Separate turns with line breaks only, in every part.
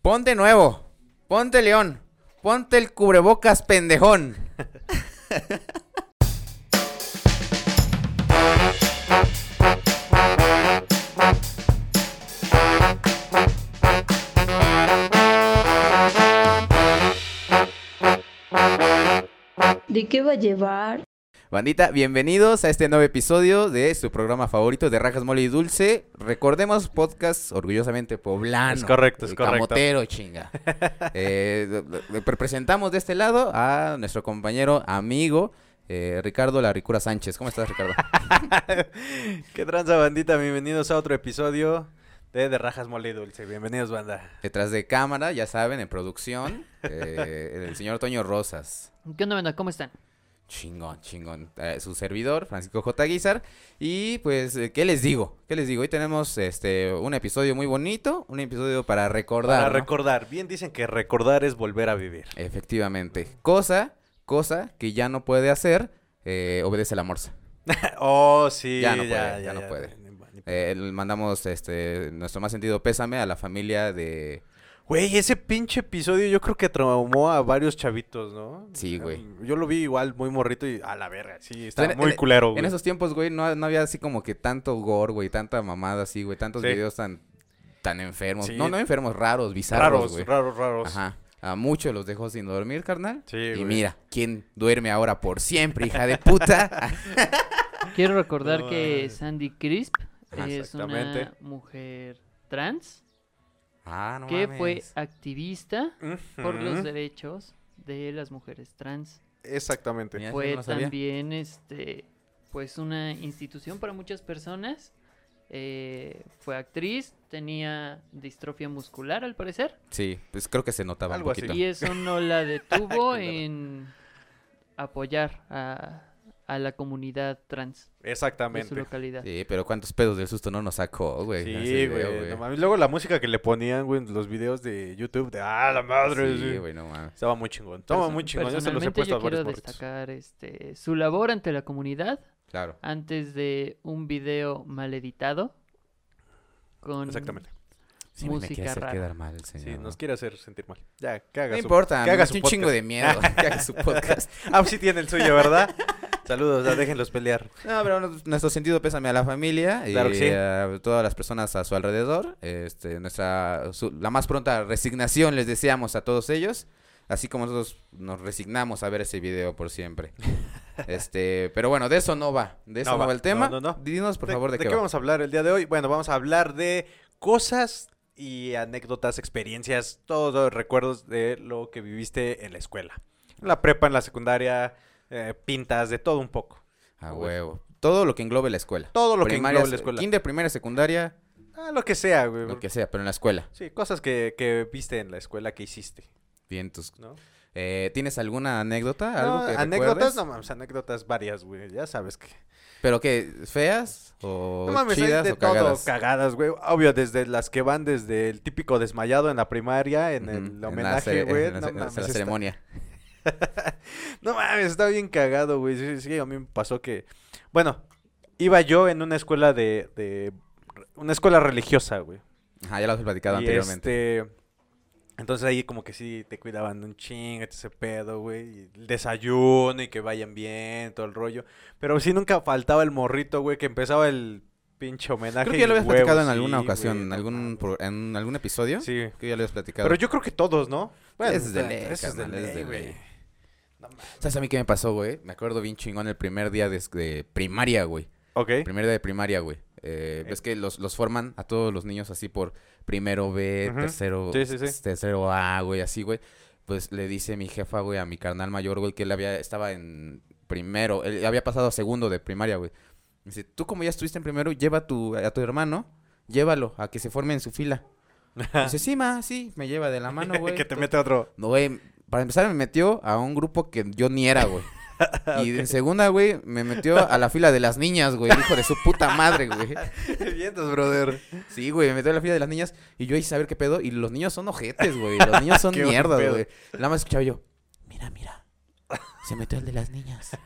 Ponte nuevo. Ponte león. Ponte el cubrebocas pendejón.
¿De qué va a llevar?
Bandita, bienvenidos a este nuevo episodio de su programa favorito de Rajas Mole y Dulce. Recordemos, podcast orgullosamente poblano.
Es correcto, es
El
correcto.
Camotero, chinga. Eh, le- le- le presentamos de este lado a nuestro compañero, amigo, eh, Ricardo Laricura Sánchez. ¿Cómo estás, Ricardo?
¿Qué tranza, bandita? Bienvenidos a otro episodio de De Rajas Mole y Dulce. Bienvenidos, banda.
Detrás de cámara, ya saben, en producción, eh, el señor Toño Rosas.
¿Qué onda, banda? ¿Cómo están?
Chingón, chingón. Eh, su servidor, Francisco J. Guizar. Y pues, eh, ¿qué les digo? ¿Qué les digo? Hoy tenemos este un episodio muy bonito, un episodio para recordar.
Para
¿no?
recordar, bien dicen que recordar es volver a vivir.
Efectivamente. Cosa, cosa que ya no puede hacer, eh, obedece la morsa.
Oh, sí,
Ya no puede, ya no puede.
Ni- ni-
Eh, le mandamos este nuestro más sentido pésame a la familia de.
Güey, ese pinche episodio yo creo que traumó a varios chavitos, ¿no? Eh,
Sí, güey.
Yo lo vi igual muy morrito y a la verga, sí, está
En-
muy
en-
culero, Oh, güey.
En esos tiempos, güey, no, no había así como que tanto gore, güey, tanta mamada así, güey, tantos
Sí.
videos tan, tan enfermos.
Sí.
No, no enfermos, raros, bizarros,
raros,
güey.
raros, raros.
Ajá. A muchos los dejó sin dormir, carnal.
Sí,
y
güey.
mira, ¿quién duerme ahora por siempre, hija de puta?
Quiero recordar
No,
que
ay.
Sandy Crisp
Ah,
es una
exactamente.
mujer trans
ah, no
que fue
mames.
activista por los
Ujú,
derechos de las mujeres trans.
Exactamente.
Mira, eso
fue
no lo sabía.
también este pues una institución para muchas personas. Eh, fue actriz, tenía distrofia muscular al parecer.
Sí, pues creo que se notaba
Algo
un
así.
poquito.
Y eso no la detuvo
Claro.
en apoyar a, a la comunidad trans de su
Exactamente.
localidad.
Sí, pero cuántos pedos del susto no nos sacó, güey.
Sí,
Así de,
güey. no mames. Luego la música que le ponían, güey, en los videos de YouTube de ¡Ah, la madre!
Sí,
sí.
güey, no mames.
Estaba muy chingón. Estaba muy chingón. Yo se los he
Personalmente,
puesto a
yo quiero
varios morritos.
destacar este, su labor ante la comunidad
Claro.
antes de un video mal editado con
Exactamente.
Sí, me
música
quiere hacer
rara.
quedar mal,
Sí,
señor.
nos quiere hacer sentir mal. Ya, que haga
no
su-
importa,
que
me
haga
metió
su
un chingo
podcast.
de miedo. que haga su podcast.
Ah, sí tiene el suyo, ¿verdad? Saludos, ya déjenlos pelear.
No, pero no- nuestro sentido pésame a la familia y
Claro que sí.
a todas las personas a su alrededor. Este, nuestra, su- la más pronta resignación les deseamos a todos ellos, así como nosotros nos resignamos a ver ese video por siempre. este, pero bueno, de eso no va, de eso no,
No
va.
va,
el tema.
no, no, no.
Dinos por favor de, qué, va.
vamos a hablar el día de hoy? Bueno, vamos a hablar de cosas y anécdotas, experiencias, todos los recuerdos de lo que viviste en la escuela. En la prepa, en la secundaria, eh, pintas, de todo un poco.
A
Uy.
huevo. Todo lo que englobe la escuela.
Todo lo que
Primarias,
englobe la escuela.
Kinder, primaria, secundaria,
Ah, eh, lo que sea, güey.
lo que sea, pero en la escuela.
Sí, cosas que, que viste en la escuela que hiciste,
Vientos.
¿no?
Eh, ¿Tienes alguna anécdota? ¿Algo
No,
que
anécdotas,
recuerdes?
no mames, anécdotas varias, güey. Ya sabes que.
¿Pero qué? ¿Feas? ¿O
no mames, hay
chidas?
de
¿O cagadas?
todo cagadas, güey. Obvio, desde las que van desde el típico desmayado en la primaria, en
Ujú,
el
la
homenaje,
cere-
güey.
en la,
No,
en la
mames, está-
ceremonia.
no mames, está bien cagado, güey. Sí, sí, a mí me pasó que. Bueno, iba yo en una escuela de. de- Una escuela religiosa, güey.
Ajá, ya lo habías platicado
Y,
anteriormente.
este, Entonces ahí como que sí te cuidaban un chingo, ese pedo, güey. y El desayuno y que vayan bien, todo el rollo. Pero sí nunca faltaba el morrito, güey, que empezaba el pinche homenaje.
Creo que ya lo
y
habías platicado
huevos,
en alguna
sí,
ocasión,
güey,
en,
no
algún
mames.
pro- ¿eh? en algún episodio.
Sí.
Creo que ya lo habías platicado.
Pero yo creo que todos, ¿no?
Es de
o sea,
ley,
eso es de
carnal, es de
ley, güey.
ley.
No mames.
¿Sabes a mí qué me pasó, güey? Me acuerdo bien chingón el primer día de, de primaria, güey.
Ok.
Primer día de primaria, güey. Eh, ves que los, los forman a todos los niños así por primero B,
Ujú.
tercero,
Sí, sí, sí.
tercero A, güey, así, güey. Pues le dice mi jefa, güey, a mi carnal mayor, güey, que él había, estaba en primero, él había pasado a segundo de primaria, güey. Me dice, tú como ya estuviste en primero, lleva a tu, a tu hermano, llévalo a que se forme en su fila. Me dice, sí, ma, sí, me lleva de la mano, güey.
que te
Todo-
mete otro.
no, güey, para empezar me metió a un grupo que yo ni era, güey. Y en segunda, güey, me metió a la fila de las niñas, güey. Hijo de su puta madre, güey.
Vientos, brother.
Sí, güey, me metió a la fila de las niñas y yo ahí saber qué pedo. Y los niños son ojetes, güey. Los niños son
Qué buen
mierdas,
pedo.
güey. Nada más escuchaba yo, mira, mira. Se metió el de las niñas.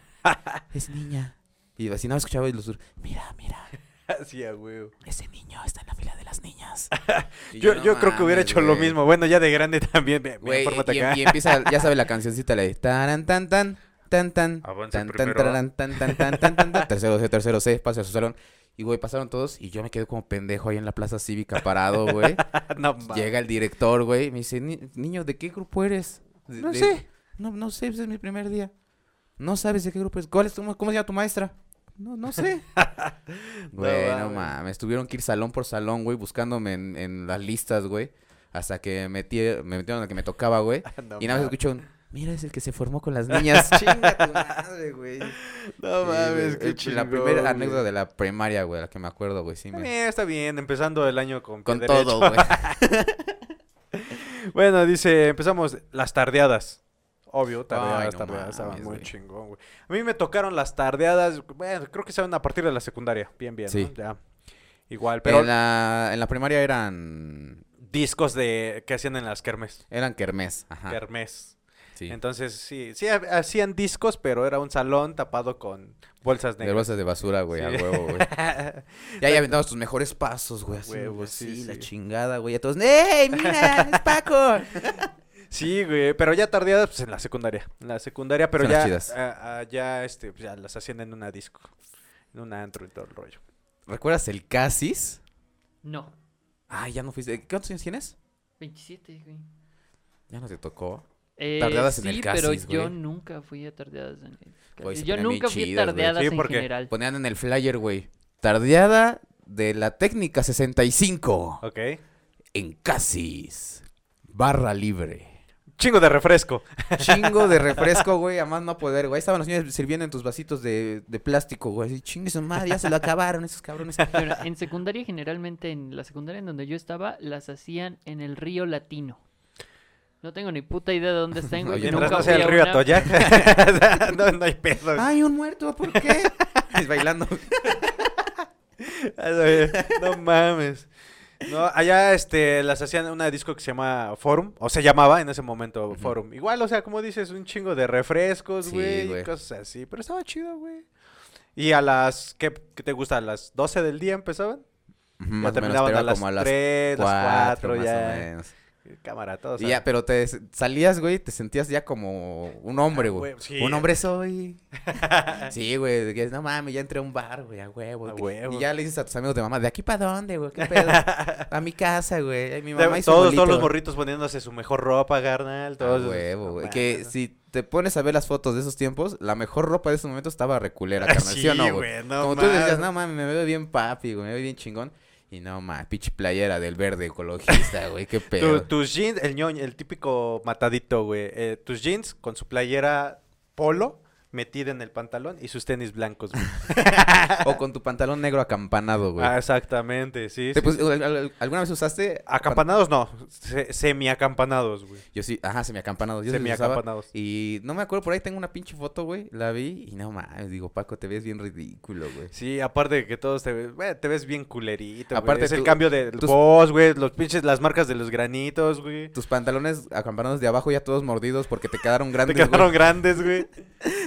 Es niña. Y así nada más escuchaba y los mira, mira.
Ah, Sí, a huevo.
Ese niño está en la fila de las niñas. Y
Yo,
no
yo creo que hubiera
mames,
hecho lo
güey.
mismo. Bueno, ya de grande también. Me,
Güey,
forma
y, y empieza, ya sabe la cancioncita, la de taran, tan, tan, tan, tan, tan,
Avanza
tan,
primero,
tararán, tan, tan, tan, tan, tan, tan, tercero C, tercero C, pase a su salón. Y, güey, pasaron todos y yo me quedé como pendejo ahí en la plaza cívica parado, güey.
no, mames.
Llega el director, güey, y me dice, "Ni- niño, ¿de qué grupo eres? De-
No
de-
sé.
No, no sé, pues, es mi primer día. No sabes de qué grupo es. ¿Cuál es tu- cómo se llama tu maestra? No, no sé. Güey, no
mames.
mames. Tuvieron que ir salón por salón, güey, buscándome en, en las listas, güey. Hasta que metí, me metieron al que me tocaba, güey.
No
y nada más
mames.
escucho un, mira, es el que se formó con las niñas. Chinga tu madre, güey.
No
Sí,
mames,
güey,
qué
eh,
chingón.
La primera
güey.
anécdota de la primaria, güey, la que me acuerdo, güey. Sí,
Está
me-
bien, está bien. Empezando el año con,
Con
pie
todo,
derecho.
güey.
Bueno, dice, empezamos las tardeadas. Obvio, tardeadas,
Ay, no
tardeadas, estaban
mames,
muy
güey.
chingón, güey. A mí me tocaron las tardeadas, bueno, creo que saben a partir de la secundaria, bien, bien,
Sí.
¿no? Ya. Igual, pero
En, la, en la primaria eran
discos de que hacían en las kermes,
eran kermés. Ajá.
kermés.
Ah, sí.
Entonces, sí, sí ha- hacían discos, pero era un salón tapado con bolsas
De
negras.
bolsas de basura, güey, a
Sí.
huevo, güey. Ya ya aventabas tus mejores pasos, güey. Así,
Huevo, sí,
así, la
sí.
chingada, güey. A todos, ¡Ey, mira! ¡Es Paco!
Sí, güey, pero ya tardeadas, pues en la secundaria. En la secundaria, pero
Son las
ya,
chidas.
ah, ah, ya, este, pues, ya las hacían en una disco, en un antro y todo el rollo.
¿Recuerdas el Casis?
No,
Ah, ya no fuiste. ¿Cuántos años tienes?
27, güey.
Ya no te tocó.
Eh,
Tardeadas en
sí,
el
pero
Cassis,
yo
güey.
nunca fui a tardeadas en el
Güey, se
Cassis. Yo
ponían bien
nunca fui
chidas,
a
güey.
tardeadas
Sí,
en
porque-
general.
Ponían en el flyer, güey. Tardeada de la técnica 65
Ok.
en Casis. Barra libre.
Chingo de refresco.
Chingo de refresco, güey, a más no poder, güey. Ahí estaban los niños sirviendo en tus vasitos de, de plástico, güey. Así, chingue su madre, ya se lo acabaron esos cabrones.
Pero en secundaria generalmente, en la secundaria en donde yo estaba, las hacían en el río Latino. No tengo ni puta idea de dónde estén, güey.
Oye,
Mientras
nunca
no sea
fui
el
a
río
una.
Atoyac. no, no hay pedo.
¡Ay, un muerto! ¿Por qué? Es bailando.
No mames. No, allá este, las hacían una disco que se llama Forum, o se llamaba en ese momento
Ujú.
Forum. Igual, o sea, como dices, un chingo de refrescos,
Sí,
güey, y
güey.
cosas así, pero estaba chido, güey. Y a las, ¿qué, qué te gusta? ¿A las 12 del día empezaban?
Más
ya
o menos,
terminaban
pero
a las
como
3, las 4,
más
ya.
o menos.
Cámara, todo. o
Y
sea,
ya, pero te s- salías, güey, te sentías ya como un hombre, güey.
Ah, güey, sí.
Un hombre soy. sí, güey. de que, No mames, ya entré a un bar, güey, a huevo.
A
que-
huevo.
Y ya le dices a tus amigos de mamá, ¿de aquí para dónde, güey? ¿Qué pedo? a mi casa, güey. ay, Mi
Todos-
mamá hizo
todos, todos los
bolito.
morritos poniéndose su mejor ropa, carnal.
A
Todos,
Ah, huevo,
no
güey. Que
mames.
si te pones a ver las fotos de esos tiempos, la mejor ropa de esos momentos estaba reculera, carnal. ¿Sí, o
Sí,
no, güey?
güey, no
Como tú decías,
mames.
no mames, me veo bien papi, güey, me veo bien chingón. Y no mames, pinche playera del verde ecologista, güey, qué
Tu-
pedo.
tus jeans, el ñoño, el típico matadito, güey. eh, tus jeans con su playera polo metida en el pantalón y sus tenis blancos, güey.
O con tu pantalón negro acampanado, güey.
Ah, exactamente, sí.
¿Te
sí.
pus- al- al- ¿Alguna vez usaste?
Acampanados no, se- semiacampanados, güey.
Yo sí, ajá, semiacampanados. Yo sí los usaba.
Semiacampanados.
Y no me acuerdo, por ahí tengo una pinche foto, güey. La vi y no mames, digo, Paco, te ves bien ridículo, güey.
Sí, aparte de que todos te ves, güey, te ves bien culerito, güey.
Aparte
es el
tú-
cambio de
tus-
voz, güey, los pinches, las marcas de los granitos, güey.
Tus pantalones acampanados de abajo ya todos mordidos porque te quedaron
Te
grandes,
quedaron
güey.
grandes, güey.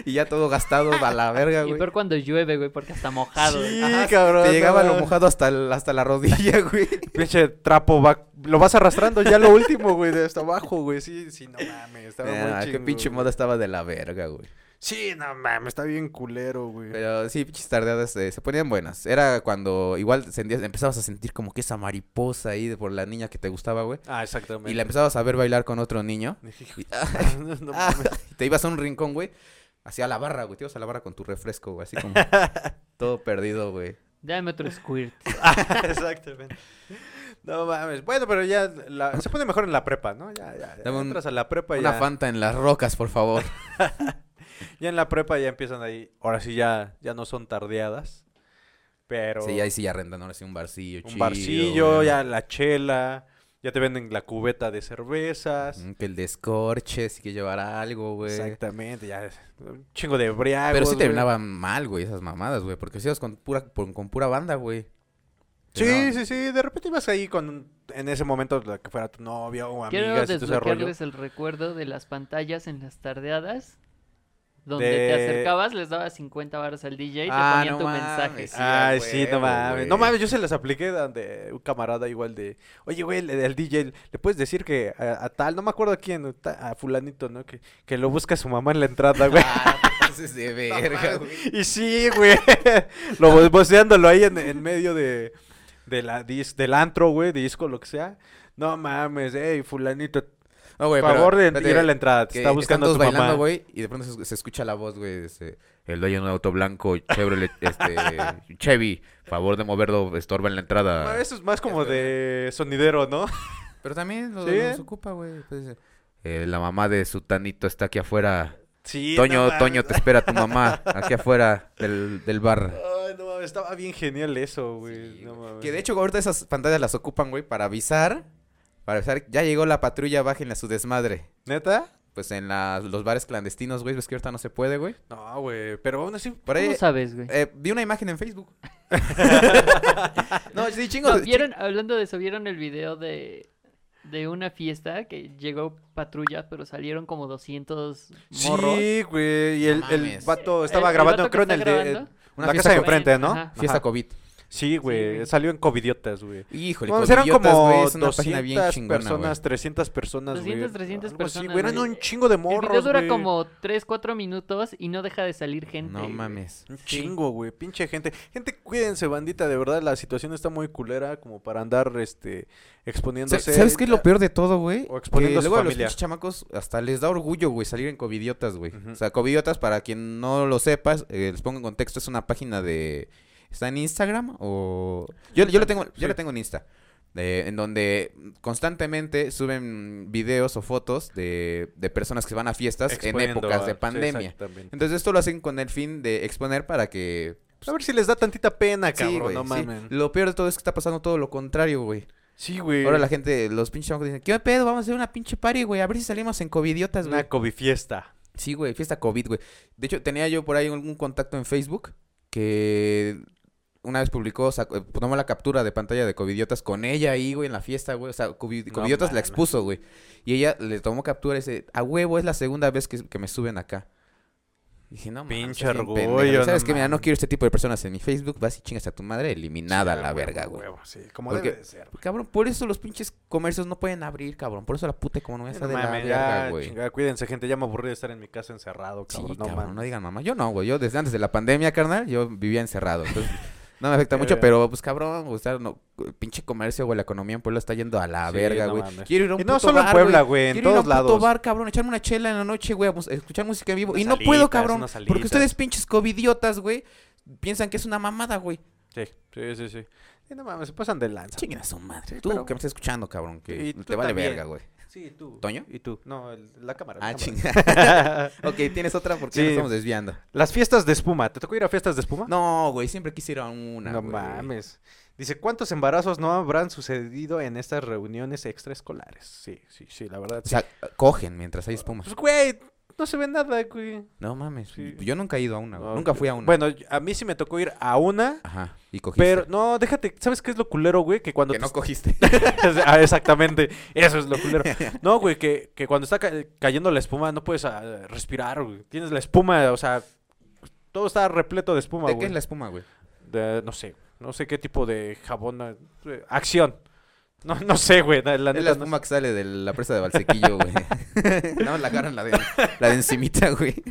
Y ya todo gastado a la verga,
Y
güey.
peor cuando llueve, güey, porque hasta mojado.
Sí,
Ajá,
cabrón.
Te
no
llegaba lo
mames.
mojado hasta, el- hasta la rodilla, güey.
Pinche trapo va... Lo vas arrastrando ya lo último, güey, de hasta abajo, güey. Sí, sí, no mames. Estaba
Ah,
muy
qué
chingón,
pinche
güey.
moda estaba de la verga, güey.
Sí, no mames, está bien culero, güey.
Pero sí, pinches tardeadas eh, se ponían buenas. Era cuando igual sentías- empezabas a sentir como que esa mariposa ahí de por la niña que te gustaba, güey.
Ah, exactamente.
Y la empezabas a ver bailar con otro niño. Y-
no, no
Ah,
mames.
te ibas a un rincón, güey. Hacia la barra, güey. Te ibas a la barra con tu refresco, güey. Así como todo perdido, güey.
Dame otro squirt.
Ah, exactamente. No mames. Bueno, pero ya la- se pone mejor en la prepa, ¿no? Ya, ya. ya
Dame un-
entras a la prepa y
Una
ya.
fanta en las rocas, por favor.
Ya en la prepa ya empiezan ahí. Ahora sí ya, ya no son tardeadas. Pero
Sí, ahí sí ya rentan ahora sí un barcillo,
un
chido,
barcillo,
güey.
ya la chela, ya te venden la cubeta de cervezas.
Mm, Que el descorche, sí que llevar algo, güey.
Exactamente, ya es un chingo de briagos.
Pero sí
güey.
terminaban mal, güey, esas mamadas, güey. Porque si ibas con pura, por- con pura banda, güey.
Sí,
Terminaban-
sí, sí, de repente ibas ahí con en ese momento la que fuera tu novia o
Quiero
amigas y todo ese rollo.
desbloquearles el recuerdo de las pantallas en las tardeadas. donde te
De-
acercabas, les dabas 50 baros al DJ y
Ah,
te ponía
no
tu
mames,
mensaje.
sí, a
Ay, sí, Ah, no
huevo,
mames.
güey.
No mames, yo se las apliqué donde un camarada igual de, oye, güey, el, el DJ, le puedes decir que a, a tal, no me acuerdo a quién, ta- a fulanito, ¿no? Que, que lo busca su mamá en la entrada, güey.
Ah, no te pases de verga, güey.
y sí, güey. lo bo- boceándolo ahí en, en medio de, de la dis- del antro, güey, disco, lo que sea. No mames, ey, fulanito,
No, güey,
Por
pero,
favor de
espérate,
ir a la entrada, te
que
está
están
buscando
todos
tu mamá.
bailando, güey, y de pronto se, se escucha la voz, güey, este, el dueño de un auto blanco, Chevrolet, este, Chevy, favor de moverlo, estorba en la
Bueno,
entrada.
Ah, Eso es más como de sonidero, ¿no?
Pero también lo-
¿Sí?
nos ocupa, güey. pues, eh, la mamá de Sutanito está aquí afuera.
Sí.
Toño,
no mames.
Toño, te espera tu mamá aquí afuera del, del bar.
Ay, no mames, estaba bien genial eso, güey. Pues, no mames.
Que de hecho ahorita esas pantallas las ocupan, güey, para avisar, para avisar, ya llegó la patrulla, bájenle a su desmadre.
¿Neta?
Pues en las- los bares clandestinos, güey, ves que ahorita no se puede, güey.
No, güey, pero aún así.
Por ahí,
¿Cómo sabes, güey?
Eh, vi una imagen en Facebook. no, sí, chingo.
No,
de-
¿vieron, hablando de eso, ¿vieron el video de, de una fiesta que llegó patrulla, pero salieron como 200 morros?
Sí, güey. Y el,
No
el
mames.
vato estaba
el
grabando,
vato que
creo, en
está
el de.
grabando.
Una
la
fiesta
casa
con-
de enfrente, ¿no?
Ajá.
Fiesta
Ajá.
COVID.
Sí,
Sí,
güey.
güey.
Salió en Covidiotas, güey.
Híjole,
Vamos,
con
eran
idiotas,
como
güey, es una página
200
bien chingona,
personas, 300 personas, güey.
200, 300
Algo así,
personas,
güey, Eran
güey.
un chingo de
El
morros,
video dura
güey.
como 3, 4 minutos y no deja de salir gente.
güey. No
güey.
mames.
Un
Sí.
chingo, güey, pinche gente. Gente, cuídense, bandita, de verdad, la situación está muy culera como para andar, este,
Sa-
exponiéndose.
¿Sabes qué es lo peor de todo, güey?
O
Que
exponiendo a su
luego a los
familia.
pinches chamacos hasta les da orgullo, güey, salir en covidiotas, güey.
Ujú.
O sea, covidiotas, para quien no lo sepas, eh, les pongo en contexto, es una página de... ¿Está en Instagram o...? Yo, yo, lo tengo, yo
Sí.
lo tengo en Insta. eh, en donde constantemente suben videos o fotos de, de personas que van a fiestas en
Exponiendo
épocas
a-
de
sí,
pandemia.
exactamente.
Entonces esto lo hacen con el fin de exponer para que...
A ver si les da tantita pena,
Sí,
cabrón,
güey,
no
sí.
mames.
Lo peor de todo es que está pasando todo lo contrario, güey.
Sí, güey.
Ahora la gente, los pinches chamacos dicen, ¿qué pedo? Vamos a hacer una pinche party, güey. A ver si salimos en covidiotas, güey.
Una cobifiesta.
Sí, güey, fiesta COVID, güey. De hecho, tenía yo por ahí algún contacto en Facebook que una vez publicó, sacó- eh, tomó la captura de pantalla de covidiotas con ella ahí, güey, en la fiesta, güey. O sea, covi-
No
covidiotas la
mames.
expuso, güey. Y ella le tomó captura y dice, a huevo, es la segunda vez que, que me suben acá. Y dije, no, mames,
Pinche
estás bien
orgullo,
pendejo".
no
¿Sabes qué? Mira, no
mames.
quiero este tipo de personas en mi Facebook. Vas y chingas a tu madre, eliminada
Sí,
la
a huevo,
verga,
a
güey.
Ah, huevo, Sí, como
Porque- pues,
debe de ser. güey.
Cabrón, por eso los pinches comercios no pueden abrir, cabrón. Por eso la puta economía está
No
de la
mames,
verga,
ya,
güey.
chingada, cuídense, gente, ya me aburrí de estar en mi casa encerrado,
Sí,
cabrón, no
cabrón,
mames.
no digan mamá. Yo no, güey. Yo desde antes de la pandemia, carnal, yo vivía encerrado. Entonces, no me afecta
Ya
mucho,
veo.
pero pues cabrón, güey, estar- no, pinche comercio, güey, la economía en Puebla está yendo a la
Sí,
verga,
no
güey.
mames.
Quiero ir a un
Y no
puto
solo en
bar,
Puebla, güey, en
Quiero ir a
todos
un puto
lados.
bar, cabrón, echarme una chela en la noche, güey, a bus- a escuchar música en vivo.
Unas
y no puedo,
alitas,
cabrón,
unas
porque
alitas.
ustedes pinches covidiotas, güey, piensan que es una mamada, güey.
Sí, sí, sí, sí. Sí, no mames, se pasan de lanza.
Chinguen a su madre.
Sí,
tú
pero-
que me estás escuchando, cabrón, que
Y
te
tú
vale
también.
verga, güey.
Sí, tú.
¿Toño?
Y tú. No, el- la cámara. la
Ah,
cámara.
chinga. ok, tienes otra porque
Sí.
nos estamos desviando.
Las fiestas de espuma. ¿Te tocó ir a fiestas de espuma?
No, güey, siempre quisiera una,
no
güey.
mames. Dice, ¿cuántos embarazos no habrán sucedido en estas reuniones extraescolares? Sí, sí, sí, la verdad.
O
sí.
sea, cogen mientras hay espuma.
Pues, güey, no se ve nada, güey.
No mames.
Sí.
Yo nunca he ido a una, güey.
No,
Nunca fui a una.
Bueno, a mí sí me tocó ir a una,
Ajá. Y cogiste.
pero pues, no, déjate, ¿sabes qué es lo culero, güey? Que cuando
que
te-
no cogiste.
Ah, exactamente, eso es lo culero. No, güey, que, que cuando está ca- cayendo la espuma no puedes ah, respirar, güey. Tienes la espuma, o sea, todo está repleto de espuma,
¿De
güey.
qué es la espuma, güey?
de- no sé, no sé qué tipo de jabón, eh, acción. No, no sé, güey, la, la
Es la
neta no
espuma que sale de la presa de Valsequillo, güey. Nada más la agarran la de, la de encimita, güey.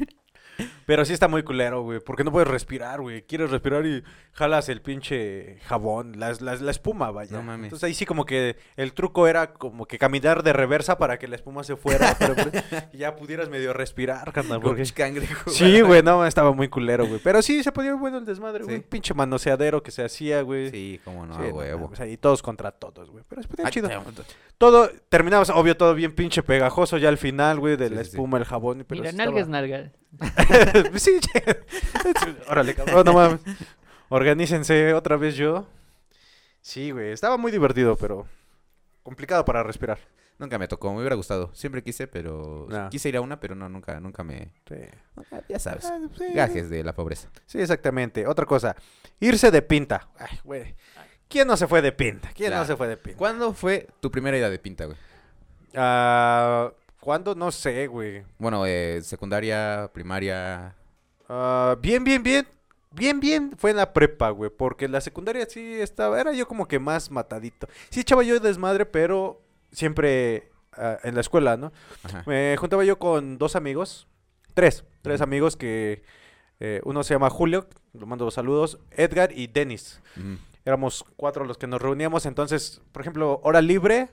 sé. Pero sí está muy culero, güey, porque no puedes respirar, güey. Quieres respirar y jalas el pinche jabón, la, la- la espuma, vaya.
No mames.
Entonces ahí sí como que el truco era como que caminar de reversa para que la espuma se fuera, pero, pero, y ya pudieras medio respirar, carnal. porque-
Gorch cangrejo.
Sí, güey, no, estaba muy culero, güey. Pero sí, se podía ver bueno el desmadre, güey.
Sí.
Pinche manoseadero que se hacía, güey.
Sí, cómo no,
Sí,
a
no
huevo.
mames, ahí todos contra todos, güey. Pero se ponía
Ah,
chido.
te-
Todo, terminamos, obvio, todo bien pinche pegajoso ya al final, güey, de
Sí,
la
sí, sí.
espuma, el jabón. Pero
Mira,
sí
nalgas,
estaba-
nalgas.
sí, ya. órale, cabrón, no mames. Organícense otra vez yo. Sí, güey, estaba muy divertido, pero complicado para respirar.
Nunca me tocó, me hubiera gustado. Siempre quise, pero.
No.
Quise ir a una, pero no, nunca, nunca me.
Sí.
nunca- Ya sabes.
Ah, sí.
Gajes de la pobreza.
Sí, exactamente. Otra cosa, irse de pinta. Ay, güey. ¿Quién no se fue de pinta? ¿Quién no
Claro.
se fue de pinta?
¿Cuándo fue tu primera idea de pinta, güey?
Ah, ¿Cuándo? No sé, güey.
Bueno, eh, secundaria, primaria.
Ah, bien, bien, bien. Bien, bien, fue en la prepa, güey, porque en la secundaria sí estaba, era yo como que más matadito. Sí echaba yo desmadre, pero siempre ah, en la escuela, ¿no?
Ajá.
Me juntaba yo con dos amigos, tres, tres amigos que eh, uno se llama Julio, le mando saludos, Edgar y Denis.
Ujú.
Éramos cuatro los que nos reuníamos, entonces, por ejemplo, hora libre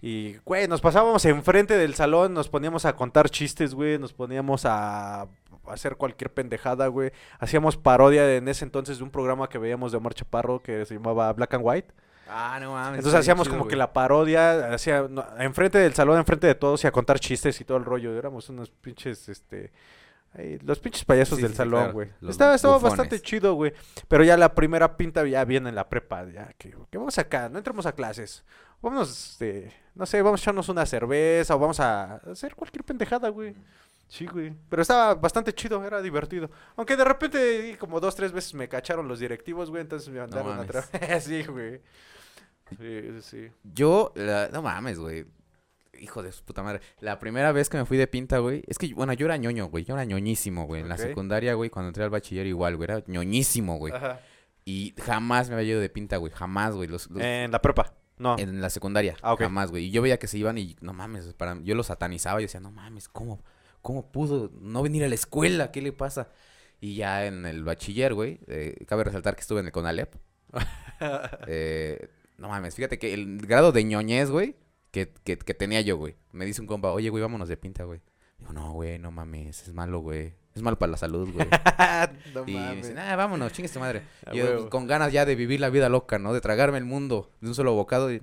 y, güey, nos pasábamos enfrente del salón, nos poníamos a contar chistes, güey, nos poníamos a hacer cualquier pendejada, güey. Hacíamos parodia de- en ese entonces de un programa que veíamos de Omar Chaparro que se llamaba Black and White.
Ah, no mames.
Entonces hacíamos como que la parodia, hacía no, enfrente del salón, enfrente de todos y a contar chistes y todo el rollo. Éramos unos pinches, este, ay, los pinches payasos
Sí,
del
sí, sí,
salón,
claro,
güey.
los
Estaba, estaba
bufones.
bastante chido, güey. Pero ya la primera pinta ya viene en la prepa, ya que, que vamos acá, no entremos a clases. Vámonos, este, no sé, vamos a echarnos una cerveza o vamos a hacer cualquier pendejada, güey. Sí, güey. Pero estaba bastante chido, era divertido. Aunque de repente, como dos, tres veces me cacharon los directivos, güey, entonces me mandaron
mames.
atrás. sí, güey. Sí, sí, sí.
Yo, la- no mames, güey. Hijo de su puta madre. La primera vez que me fui de pinta, güey. Es que, bueno, yo era ñoño, güey. Yo era ñoñísimo, güey. En la
Ok. Ah.
secundaria, güey, cuando entré al bachiller igual, güey. Era ñoñísimo, güey.
Ajá.
Y jamás me había ido de pinta, güey. Jamás, güey. Los, los-
En la prepa. No.
En la secundaria.
Ah, ok.
Jamás, güey. Y yo veía que se iban y, no mames, para... yo los satanizaba. Yo decía, no mames, ¿cómo, ¿cómo pudo no venir a la escuela? ¿Qué le pasa? Y ya en el bachiller, güey, eh, cabe resaltar que estuve en el CONALEP. Eh, no mames, fíjate que el grado de ñoñez, güey, que, que, que tenía yo, güey. Me dice un compa, oye, güey, vámonos de pinta, güey. Digo, no, güey, no mames, es malo, güey. Es malo para la salud, güey.
no
Y me
mames.
dicen, ah, vámonos, chingue tu madre.
A
Y yo,
huevo.
con ganas ya de vivir la vida loca, ¿no? De tragarme el mundo de un solo bocado. Y,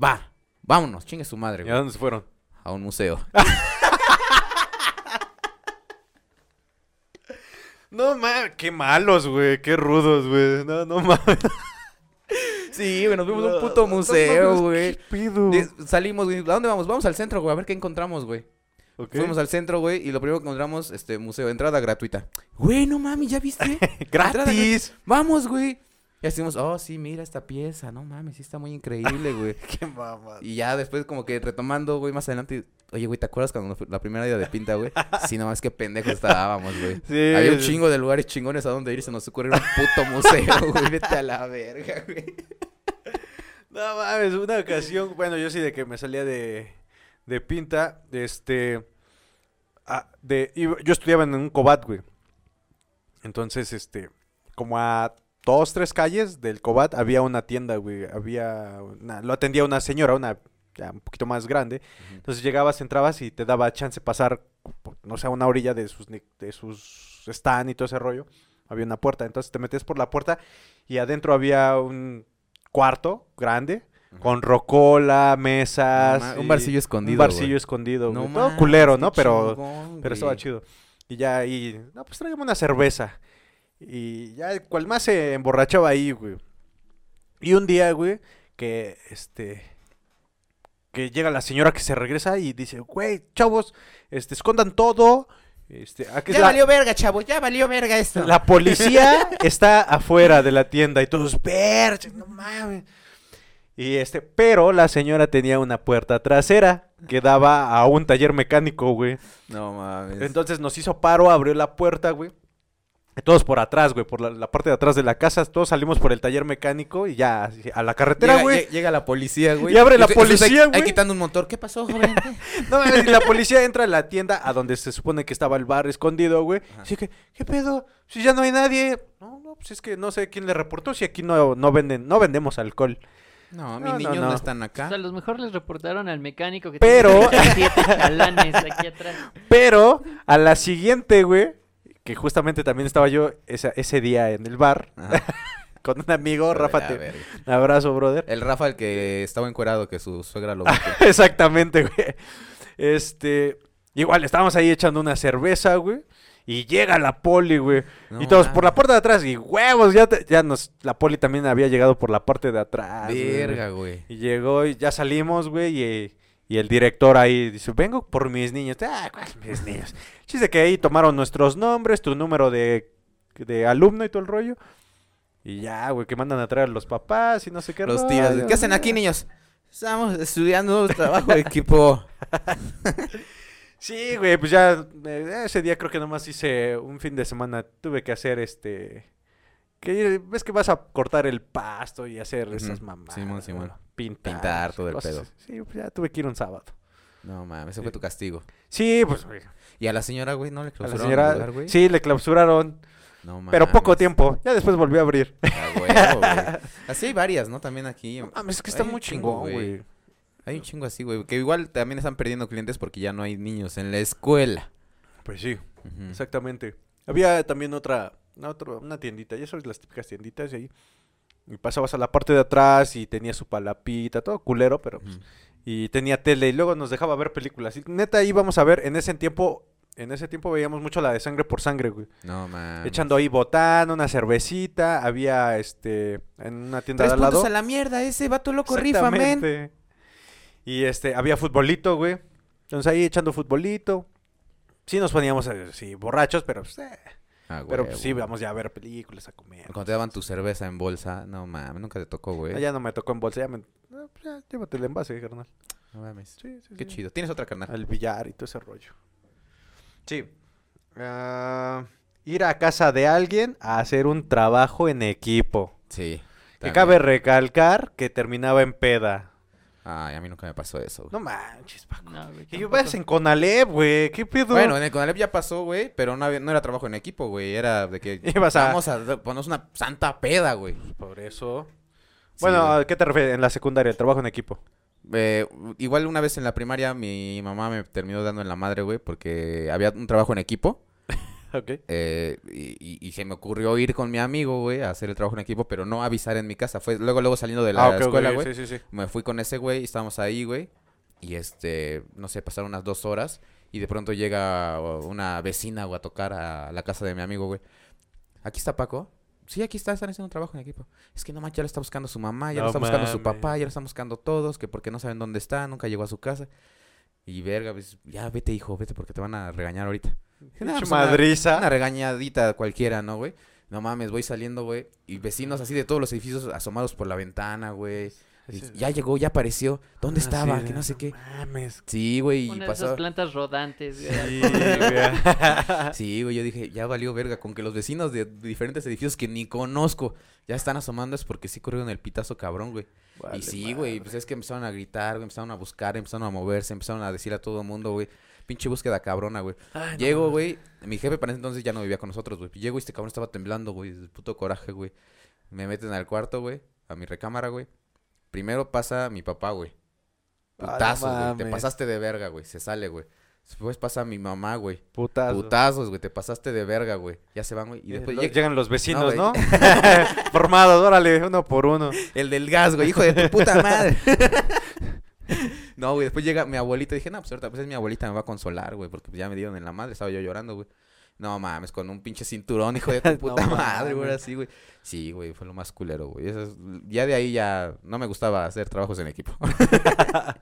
va, vámonos, chingue su madre,
¿Y
güey,
a dónde se fueron?
A un museo.
No mames, qué malos, güey, qué rudos, güey. No, no mames.
Sí, güey, nos vimos a un
No,
puto
no
museo,
mames,
güey.
¿Qué pido?
Diz- Salimos, güey. ¿A dónde vamos? Vamos al centro, güey, a ver qué encontramos, güey.
Ok.
Fuimos al centro, güey, y lo primero que encontramos, este, museo, entrada gratuita. Güey, no mami, ¿ya viste? Entrada gratuita.
Gratis.
Vamos, güey. Y hacemos, oh, sí, mira esta pieza, no mames, sí está muy increíble, güey.
Qué mamada.
Y ya después como que retomando, güey, más adelante, oye, güey, ¿te acuerdas cuando fue la primera ida de pinta, güey? Sí, nomás que pendejos estábamos, güey.
Sí,
Había un
sí.
chingo de lugares chingones a donde ir, se nos ocurrió un puto museo, güey, vete a la verga, güey.
No mames, una ocasión, bueno, yo sí de que me salía de, de pinta, de este, ah, de, iba- yo estudiaba en un cobat, güey. Entonces, este, como a dos, tres calles del cobat había una tienda, güey, había, una- lo atendía una señora, una ya un poquito más grande. Entonces llegabas, entrabas y te daba chance pasar, por, no sé, a una orilla de sus, ni- de sus stand y todo ese rollo. Había una puerta, entonces te metías por la puerta y adentro había un cuarto grande con rocola, mesas.
Ma-
y-
un barcillo escondido,
Un barcillo
güey.
escondido. güey. Todo
mames,
culero,
qué
¿no? Pero,
chingón,
pero estaba
güey.
chido. Y ya ahí, no, pues tráigame una cerveza. Y ya el cual más se emborrachaba ahí, güey. Y un día, güey, que este. Que llega la señora que se regresa y dice, güey, chavos, este, escondan todo. Este, aquí
Ya
es la-
valió verga, chavo, ya valió verga esto.
la policía está afuera de la tienda y todos, "Verga, no mames. Y este, pero la señora tenía una puerta trasera que daba a un taller mecánico, güey.
No mames.
Entonces nos hizo paro, abrió la puerta, güey. Y Todos por atrás, güey, por la, la parte de atrás de la casa. Todos salimos por el taller mecánico y ya así, a la carretera,
llega,
güey.
lle- llega la policía, güey.
Y abre la
Entonces, entonces,
policía,
ahí- Ahí
güey.
quitando un motor. ¿Qué pasó, joven?
No mames, y la policía entra a la tienda a donde se supone que estaba el bar escondido, güey.
Ajá.
Así que, ¿qué pedo? Si ya no hay nadie. No, no, pues es que no sé quién le reportó. Si aquí no, no venden, no vendemos alcohol.
No, mis
No, no,
niños no,
no.
están acá.
O sea, a los mejor les reportaron al mecánico que
Pero-
tiene 37 chalanes aquí atrás.
Pero a la siguiente, güey, que justamente también estaba yo esa- ese día en el bar
Ajá.
con un amigo, Rafa.
A
Te,
ver,
un abrazo, brother.
El Rafa, el que estaba encuerado, que su suegra lo mató.
Exactamente, güey. Este, igual estábamos ahí echando una cerveza, güey. Y llega la poli, güey.
No
y todos por la
mames.
puerta de atrás. Y huevos, ya, te- ya nos. La poli también había llegado por la parte de atrás. güey.
Verga, güey.
Y llegó y ya salimos, güey. Y, y el director ahí dice: Vengo por mis niños. Ah, ¿cuáles mis niños? Chiste que ahí tomaron nuestros nombres, tu número de, de alumno y todo el rollo. Y ya, güey, que mandan a traer a los papás y no sé qué.
Los tiras.
rollo.
¿Qué hacen aquí, niños? Estamos estudiando trabajo de equipo.
Sí, güey, pues ya eh, ese día creo que nomás hice un fin de semana. Tuve que hacer este. Que ves que vas a cortar el pasto y hacer esas
Ujú,
mamadas.
Simón, Simón.
¿no? Pintar.
Pintar todo el
cosas
pedo.
así. Sí, pues ya tuve que ir un sábado.
No mames, ese fue tu castigo.
Sí, pues güey,
Y a la señora, güey, no le
a la
clausuraron el lugar,
señora.
güey.
Sí, le clausuraron,
No mames.
pero poco tiempo. Ya después volvió a abrir.
A huevo, güey. Así hay varias, ¿no? También aquí.
Ah, Mames, es que
está muy chingón, güey. Hay un chingo así, güey. Que igual también están perdiendo clientes porque ya no hay niños en la escuela.
Pues sí,
Ujú.
exactamente. Había también otra, otra una tiendita, ya sabes, las típicas tienditas y ahí. Y pasabas a la parte de atrás y tenía su palapita, todo culero, pero pues,
Ujú.
y tenía tele y luego nos dejaba ver películas. Y neta íbamos a ver en ese tiempo, en ese tiempo veíamos mucho la de sangre por sangre, güey.
Ah, No mames.
Echando ahí botán, una cervecita, había este en una tienda
Tres
de al lado.
puntos a la mierda, ese vato loco rifa, men.
Exactamente. Y este, había futbolito, güey. Entonces ahí echando futbolito. Sí nos poníamos eh, sí, borrachos, pero pues, eh,
Ah,
pero
huevo.
pues, sí íbamos ya a ver películas, a comer.
Cuando te daban tu cerveza en bolsa, no mames, nunca te tocó, güey.
Ah, ya no me tocó en bolsa, ya me... no, pues, ya, llévate el envase, carnal.
No mames.
Sí, sí,
Qué
sí.
chido. Tienes otra carnal.
Al billar y todo ese rollo. Sí. Ah, ir a casa de alguien a hacer un trabajo en equipo.
Sí.
Que
también.
cabe recalcar que terminaba en peda.
Ay, a mí nunca me pasó eso, güey.
No manches, Paco.
No, güey,
que yo
tampoco.
vayas en Conalep, güey. ¿Qué pedo?
Bueno, eh, en el Conalep ya pasó, güey, pero no, había- no era trabajo en equipo, güey. Era de que
Ibas a-
vamos a da- ponernos una santa peda, güey.
Por eso.
Sí,
Bueno,
güey.
¿a qué te refieres? En la secundaria, el trabajo en equipo.
Eh, igual una vez en la primaria mi mamá me terminó dando en la madre, güey, porque había un trabajo en equipo.
Ok.
eh, y, y- y se me ocurrió ir con mi amigo, güey, a hacer el trabajo en equipo, pero no avisar en mi casa. Fue luego, luego saliendo de la
Ah,
escuela, güey.
Sí, sí, sí.
Me fui con ese güey, estábamos ahí, güey. Y este, no sé, pasaron unas dos horas. Y de pronto llega o, una vecina, güey, a tocar a la casa de mi amigo, güey. Aquí está Paco. Sí, aquí está, están haciendo un trabajo en equipo. Es que no manches, ya lo está buscando su mamá, ya
No
lo está buscando su
mames.
papá, ya lo están buscando todos, que porque no saben dónde está, nunca llegó a su casa. Y verga, pues, ya vete, hijo, vete porque te van a regañar ahorita. Dije, "Nah,
Pinche
pues, una-
madriza.
una regañadita cualquiera, ¿no, güey? No mames, voy saliendo, güey. Y vecinos así de todos los edificios asomados por la ventana, güey. Y
Sí, sí.
Ya llegó, ya apareció. ¿Dónde
Así
estaba?
de,
Que no sé qué.
Mames.
Sí, güey, y
Una de
pasó.
esas plantas rodantes. güey.
Sí, güey.
Sí, güey, yo dije, ya valió verga, con que los vecinos de diferentes edificios que ni conozco ya están asomando es porque sí corrieron el pitazo cabrón, güey.
Vale,
y sí, güey,
madre.
pues es que empezaron a gritar, güey, empezaron a buscar, empezaron a moverse, empezaron a decir a todo el mundo, güey, pinche búsqueda cabrona, güey.
Ay, no
Llego,
mames.
güey. Mi jefe para ese entonces ya no vivía con nosotros, güey. Llego y este cabrón estaba temblando, güey. De puto coraje, güey. Me meten al cuarto, güey. A mi recámara, güey. Primero pasa mi papá, güey.
Ah, no
Putazos, güey. Te
mames.
pasaste de verga, güey. Se sale, güey. Después pasa mi mamá, güey.
Putazo.
Putazos, güey. Te pasaste de verga, güey. Ya se van, güey. Y
Eh,
después
lo-
llega
llegan los vecinos,
No,
¿no? Formados, órale, uno por uno.
el del gas, güey. Hijo de tu puta madre. no, güey. Después llega mi abuelita. Dije, no, pues ahorita pues es mi abuelita. Me va a consolar, güey. Porque pues, ya me dieron en la madre. Estaba yo llorando, güey. No mames, con un pinche cinturón, hijo de tu
No
puta madre, güey,
mames.
así, güey. Sí, güey, fue lo más culero, güey. Eso es- ya de ahí ya no me gustaba hacer trabajos en equipo.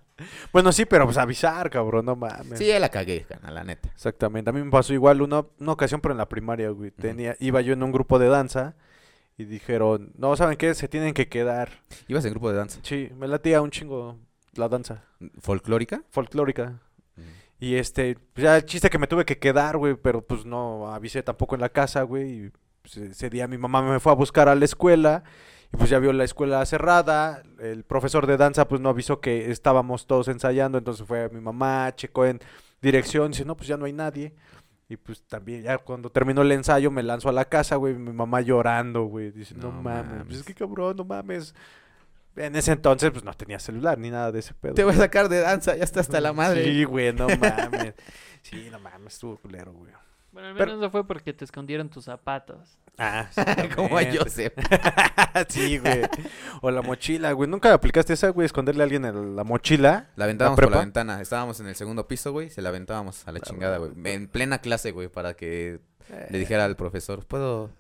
Bueno, sí, pero pues avisar, cabrón, no mames.
sí, ya la cagué, carnal, la neta.
Exactamente. A mí me pasó igual una, una ocasión, pero en la primaria, güey. Tenía, iba yo en un grupo de danza y dijeron, no, ¿saben qué? Se tienen que quedar.
¿Ibas en grupo de danza
Sí, me latía un chingo la danza
folclórica?
folclórica.
Ujú.
Y este, pues, ya el chiste que me tuve que quedar, güey, pero pues no avisé tampoco en la casa, güey. Y pues, ese día mi mamá me fue a buscar a la escuela y pues ya vio la escuela cerrada. El profesor de danza pues no avisó que estábamos todos ensayando, entonces fue mi mamá, checó en dirección, dice, no, pues ya no hay nadie. Y pues también ya cuando terminó el ensayo me lanzo a la casa, güey, mi mamá llorando, güey, dice, no,
No
mames, pues
mames.
es que cabrón, no mames. En ese entonces pues no tenía celular ni nada de ese pedo.
Te voy a sacar de danza, ya está hasta la madre.
Sí, güey, no mames. Sí, no mames, estuvo culero, güey.
Bueno, al
Pero-
menos no fue porque te escondieron tus zapatos.
Ah,
Como a Joseph.
sí, güey. O la mochila, güey. ¿Nunca aplicaste esa, güey? Esconderle a alguien el- la mochila.
La aventábamos por la
prepa?
ventana. Estábamos en el segundo piso, güey. Se la aventábamos a la chingada, güey. En plena clase, güey, para que le dijera al profesor, ¿puedo,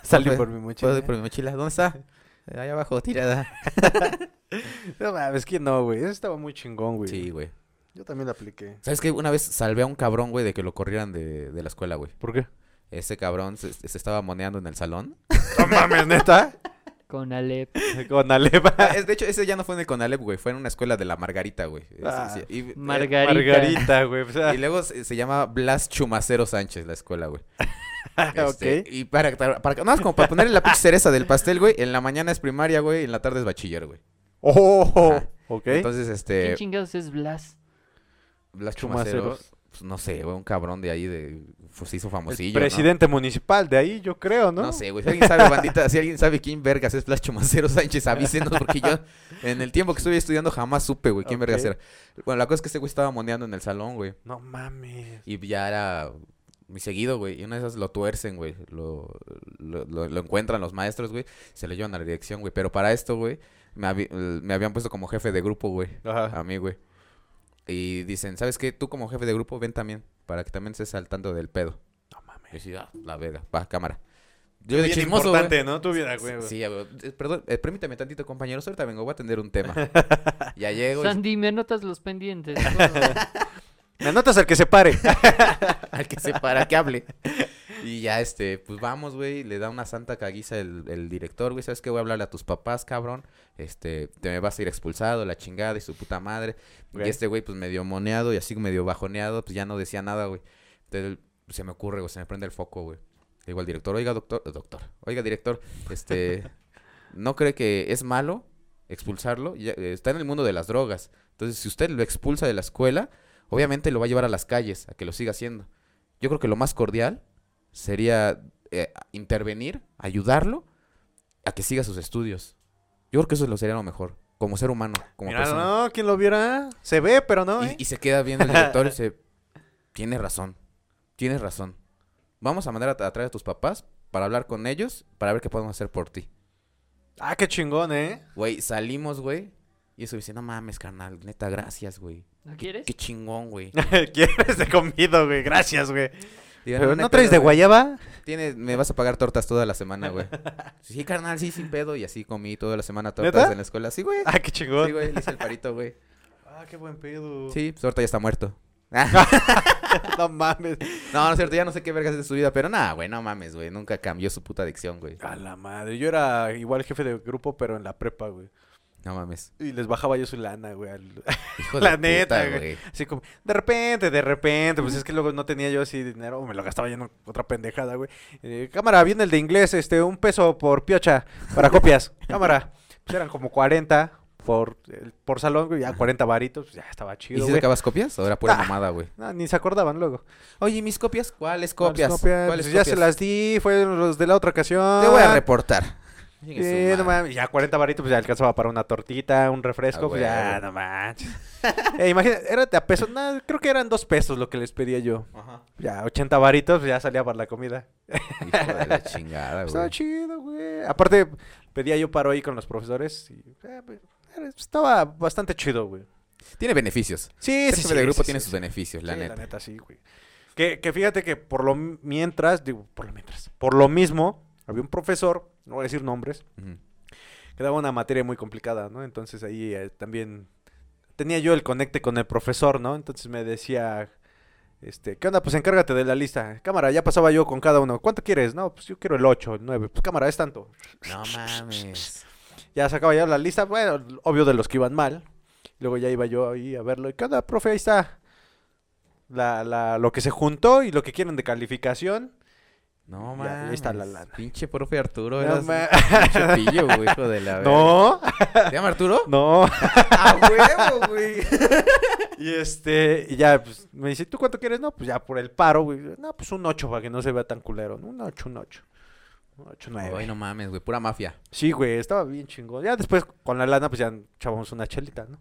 Salí
profe,
Eh. por mi mochila.
puedo ir por mi mochila? ¿Dónde está? Allá abajo, tirada.
No mames, que no, güey. Eso estaba muy chingón, güey.
Sí, güey.
Yo también la apliqué.
¿Sabes qué? Una vez salvé a un cabrón, güey, de que lo corrieran de, de la escuela, güey.
¿Por qué?
Ese cabrón se, se estaba moneando en el salón.
No mames, neta.
Con Alep.
Eh,
Con Aleva.
Ah, es- de hecho, ese ya no fue en el Conalep, güey. Fue en una escuela de la Margarita, güey. Es-
Ah,
sí, y, eh,
Margarita.
Margarita, güey. O sea,
y luego se, se llama Blas Chumacero Sánchez la escuela, güey. Este,
Ah, ok.
Y para, para, para- nada más como para ponerle la pinche cereza del pastel, güey. En la mañana es primaria, güey. En la tarde es bachiller, güey.
Oh,
Ajá.
ok.
Ah, Entonces,
¿Quién
este.
chingados es Blas?
Blas Chumacero.
Chumaceros.
pues, no sé, güey. Un cabrón de ahí de. pues, se hizo
El
famosillo. ¿no?
presidente municipal de ahí, yo creo,
¿no?
¿no?
sé, güey. Si alguien sabe, bandita, si alguien sabe quién vergas es Blas Chumacero Sánchez, avísenos, porque yo en el tiempo que estuve estudiando jamás supe, güey, quién
Ok.
vergas era. Bueno, la cosa es que ese güey estaba moneando en el salón, güey.
No mames.
Y ya era muy seguido, güey. Y una de esas lo tuercen, güey. Lo, lo, lo- lo encuentran los maestros, güey. Se lo llevan a la dirección, güey. Pero para esto, güey, me, habi- me habían puesto como jefe de grupo, güey.
Ajá.
A mí, güey. Y dicen, ¿sabes qué? Tú como jefe de grupo, ven también. Para que también estés saltando del pedo.
No mames.
Y yo sí, ah, la verga, va, cámara. Yo de
Bien
chismoso, güey.
importante, ¿no? Tu vida, güey.
Sí, ya, güey. Eh, Perdón, eh, permítame tantito, compañeros. Ahorita vengo, voy a atender un tema. ya llego. y-
Sandy, me anotas los pendientes.
Me anotas al que se pare.
al que se para que hable. Y ya, este, pues vamos, güey. Le da una santa caguiza el, el director, güey. ¿Sabes qué? Voy a hablarle a tus papás, cabrón. Este, te me vas a ir expulsado, la chingada y su puta madre.
Ok.
Y este güey, pues medio moneado y así medio bajoneado, pues ya no decía nada, güey. Entonces se me ocurre, güey, se me prende el foco, güey. Le digo al director, oiga, doctor, eh, doctor, oiga, director, este, ¿no cree que es malo expulsarlo? Ya, eh, está en el mundo de las drogas. Entonces, si usted lo expulsa de la escuela, obviamente lo va a llevar a las calles, a que lo siga haciendo. Yo creo que lo más cordial sería eh, intervenir, ayudarlo a que siga sus estudios. Yo creo que eso lo sería lo mejor, como ser humano, como
Mira,
persona.
no, quien lo viera. Se ve, pero no,
Y-
¿eh?
Y, se queda viendo el director y dice, tienes razón, tienes razón. Vamos a mandar a, a traer a tus papás para hablar con ellos, para ver qué podemos hacer por ti.
Ah, qué chingón, ¿eh?
Güey, salimos, güey. Y eso dice, no mames, carnal, neta, gracias, güey.
¿No
Qué-
quieres?
Qué chingón, güey.
Quieres de comido, güey. Gracias, güey.
Digo,
Pero
hay
no traes
pedo,
de
güey.
guayaba.
Tienes- me vas a pagar tortas toda la semana, güey. Sí, carnal, sí, sin pedo. Y así comí toda la semana tortas
¿Neta?
en la escuela. Sí, güey.
Ah, qué chingón.
Sí, güey, le hice el parito, güey.
Ah, qué buen pedo.
Sí, pues ahorita ya está muerto.
No mames.
No, no es cierto, ya no sé qué vergas es de su vida, pero nada, güey, no mames, güey. Nunca cambió su puta adicción, güey.
A la madre. Yo era igual jefe de grupo, pero en la prepa, güey.
No mames.
Y les bajaba yo su lana, güey. al-
Hijo
La
de puta,
neta, güey. Así como, de repente, de repente. Pues es que luego no tenía yo así dinero. o Me lo gastaba yo en otra pendejada, güey. Eh, cámara, viene el de inglés, este, un peso por piocha para copias. cámara. Pues eran como 40 por, el- por salón, güey. Ya 40 varitos, pues ya estaba
¿Y
chido,
si
güey.
sacabas copias o era pura
Ah.
mamada, güey?
No, ni se acordaban luego.
Oye, ¿mis copias? ¿Cuáles copias?
Las
¿Cuáles
pues ya se
copias?
las di, fueron los de la otra ocasión.
Te voy a reportar.
Eh, no mames, ya 40 varitos, pues ya alcanzaba para una tortita, un refresco,
Ah,
pues
güey,
ya,
güey.
no manches. Eh, imagínate, era de a pesos, nada, creo que eran dos pesos lo que les pedía yo.
Ajá.
Ya, 80 varitos, pues ya salía para la comida.
Hijo de la chingada,
Estaba
güey.
chido, güey. Aparte, pedía yo paro ahí con los profesores y eh, pues, era- estaba bastante chido, güey. Este
Tiene beneficios.
Sí,
Ese
sí,
jefe
sí,
de
sí,
grupo
sí,
tiene
sí,
sus
sí.
beneficios, la
Sí,
neta.
La neta, sí, güey. Que, que fíjate que por lo mi- mientras, digo, por lo mientras, por lo mismo, había un profesor, no voy a decir nombres,
Ujú.
que daba una materia muy complicada, ¿no? Entonces ahí eh, también tenía yo el conecte con el profesor, ¿no? Entonces me decía, este, ¿qué onda? Pues encárgate de la lista. Cámara, ya pasaba yo con cada uno. ¿Cuánto quieres? No, pues yo quiero el 8, el 9. Pues cámara, es tanto.
No mames.
Ya sacaba yo la lista, bueno, obvio de los que iban mal. Luego ya iba yo ahí a verlo. ¿Y qué onda, profe? Ahí está. La, la, lo que se juntó y lo que quieren de calificación.
No
Ya,
mames.
ahí está la lana.
Pinche profe Arturo.
No
eras
ma-
un pinche pillo, güey, hijo de la verga.
No,
¿Se llama Arturo?
no.
¡A huevo, güey!
Y este, y ya, pues, me dice, ¿tú cuánto quieres? No, pues ya por el paro, güey. No, pues un 8 para que no se vea tan culero. ¿no? Un 8, un 8. Un 8, 9.
Ay, no mames, güey. Pura mafia.
Sí, güey, estaba bien chingón. Ya después con la lana, pues ya echábamos una chelita, ¿no?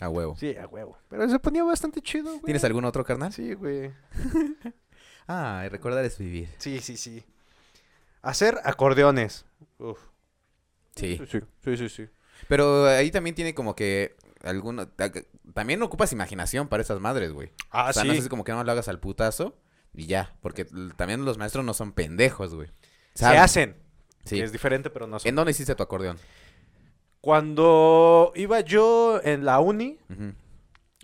A huevo.
Sí, a huevo. Pero se ponía bastante chido, güey.
¿Tienes algún otro, carnal?
Sí, güey.
Ah, recordar es vivir.
Sí, sí, sí. Hacer acordeones. Uf.
Sí.
Sí, sí, sí, sí.
Pero ahí también tiene como que alguno ta- también ocupas imaginación para esas madres, güey.
Ah,
o sea, no es así como que no lo hagas al putazo y ya, porque l- también los maestros no son pendejos, güey.
Se
Saben.
hacen.
Sí.
que es diferente, pero no son.
¿En dónde hiciste tu acordeón?
Cuando iba yo en la uni,
Ujú.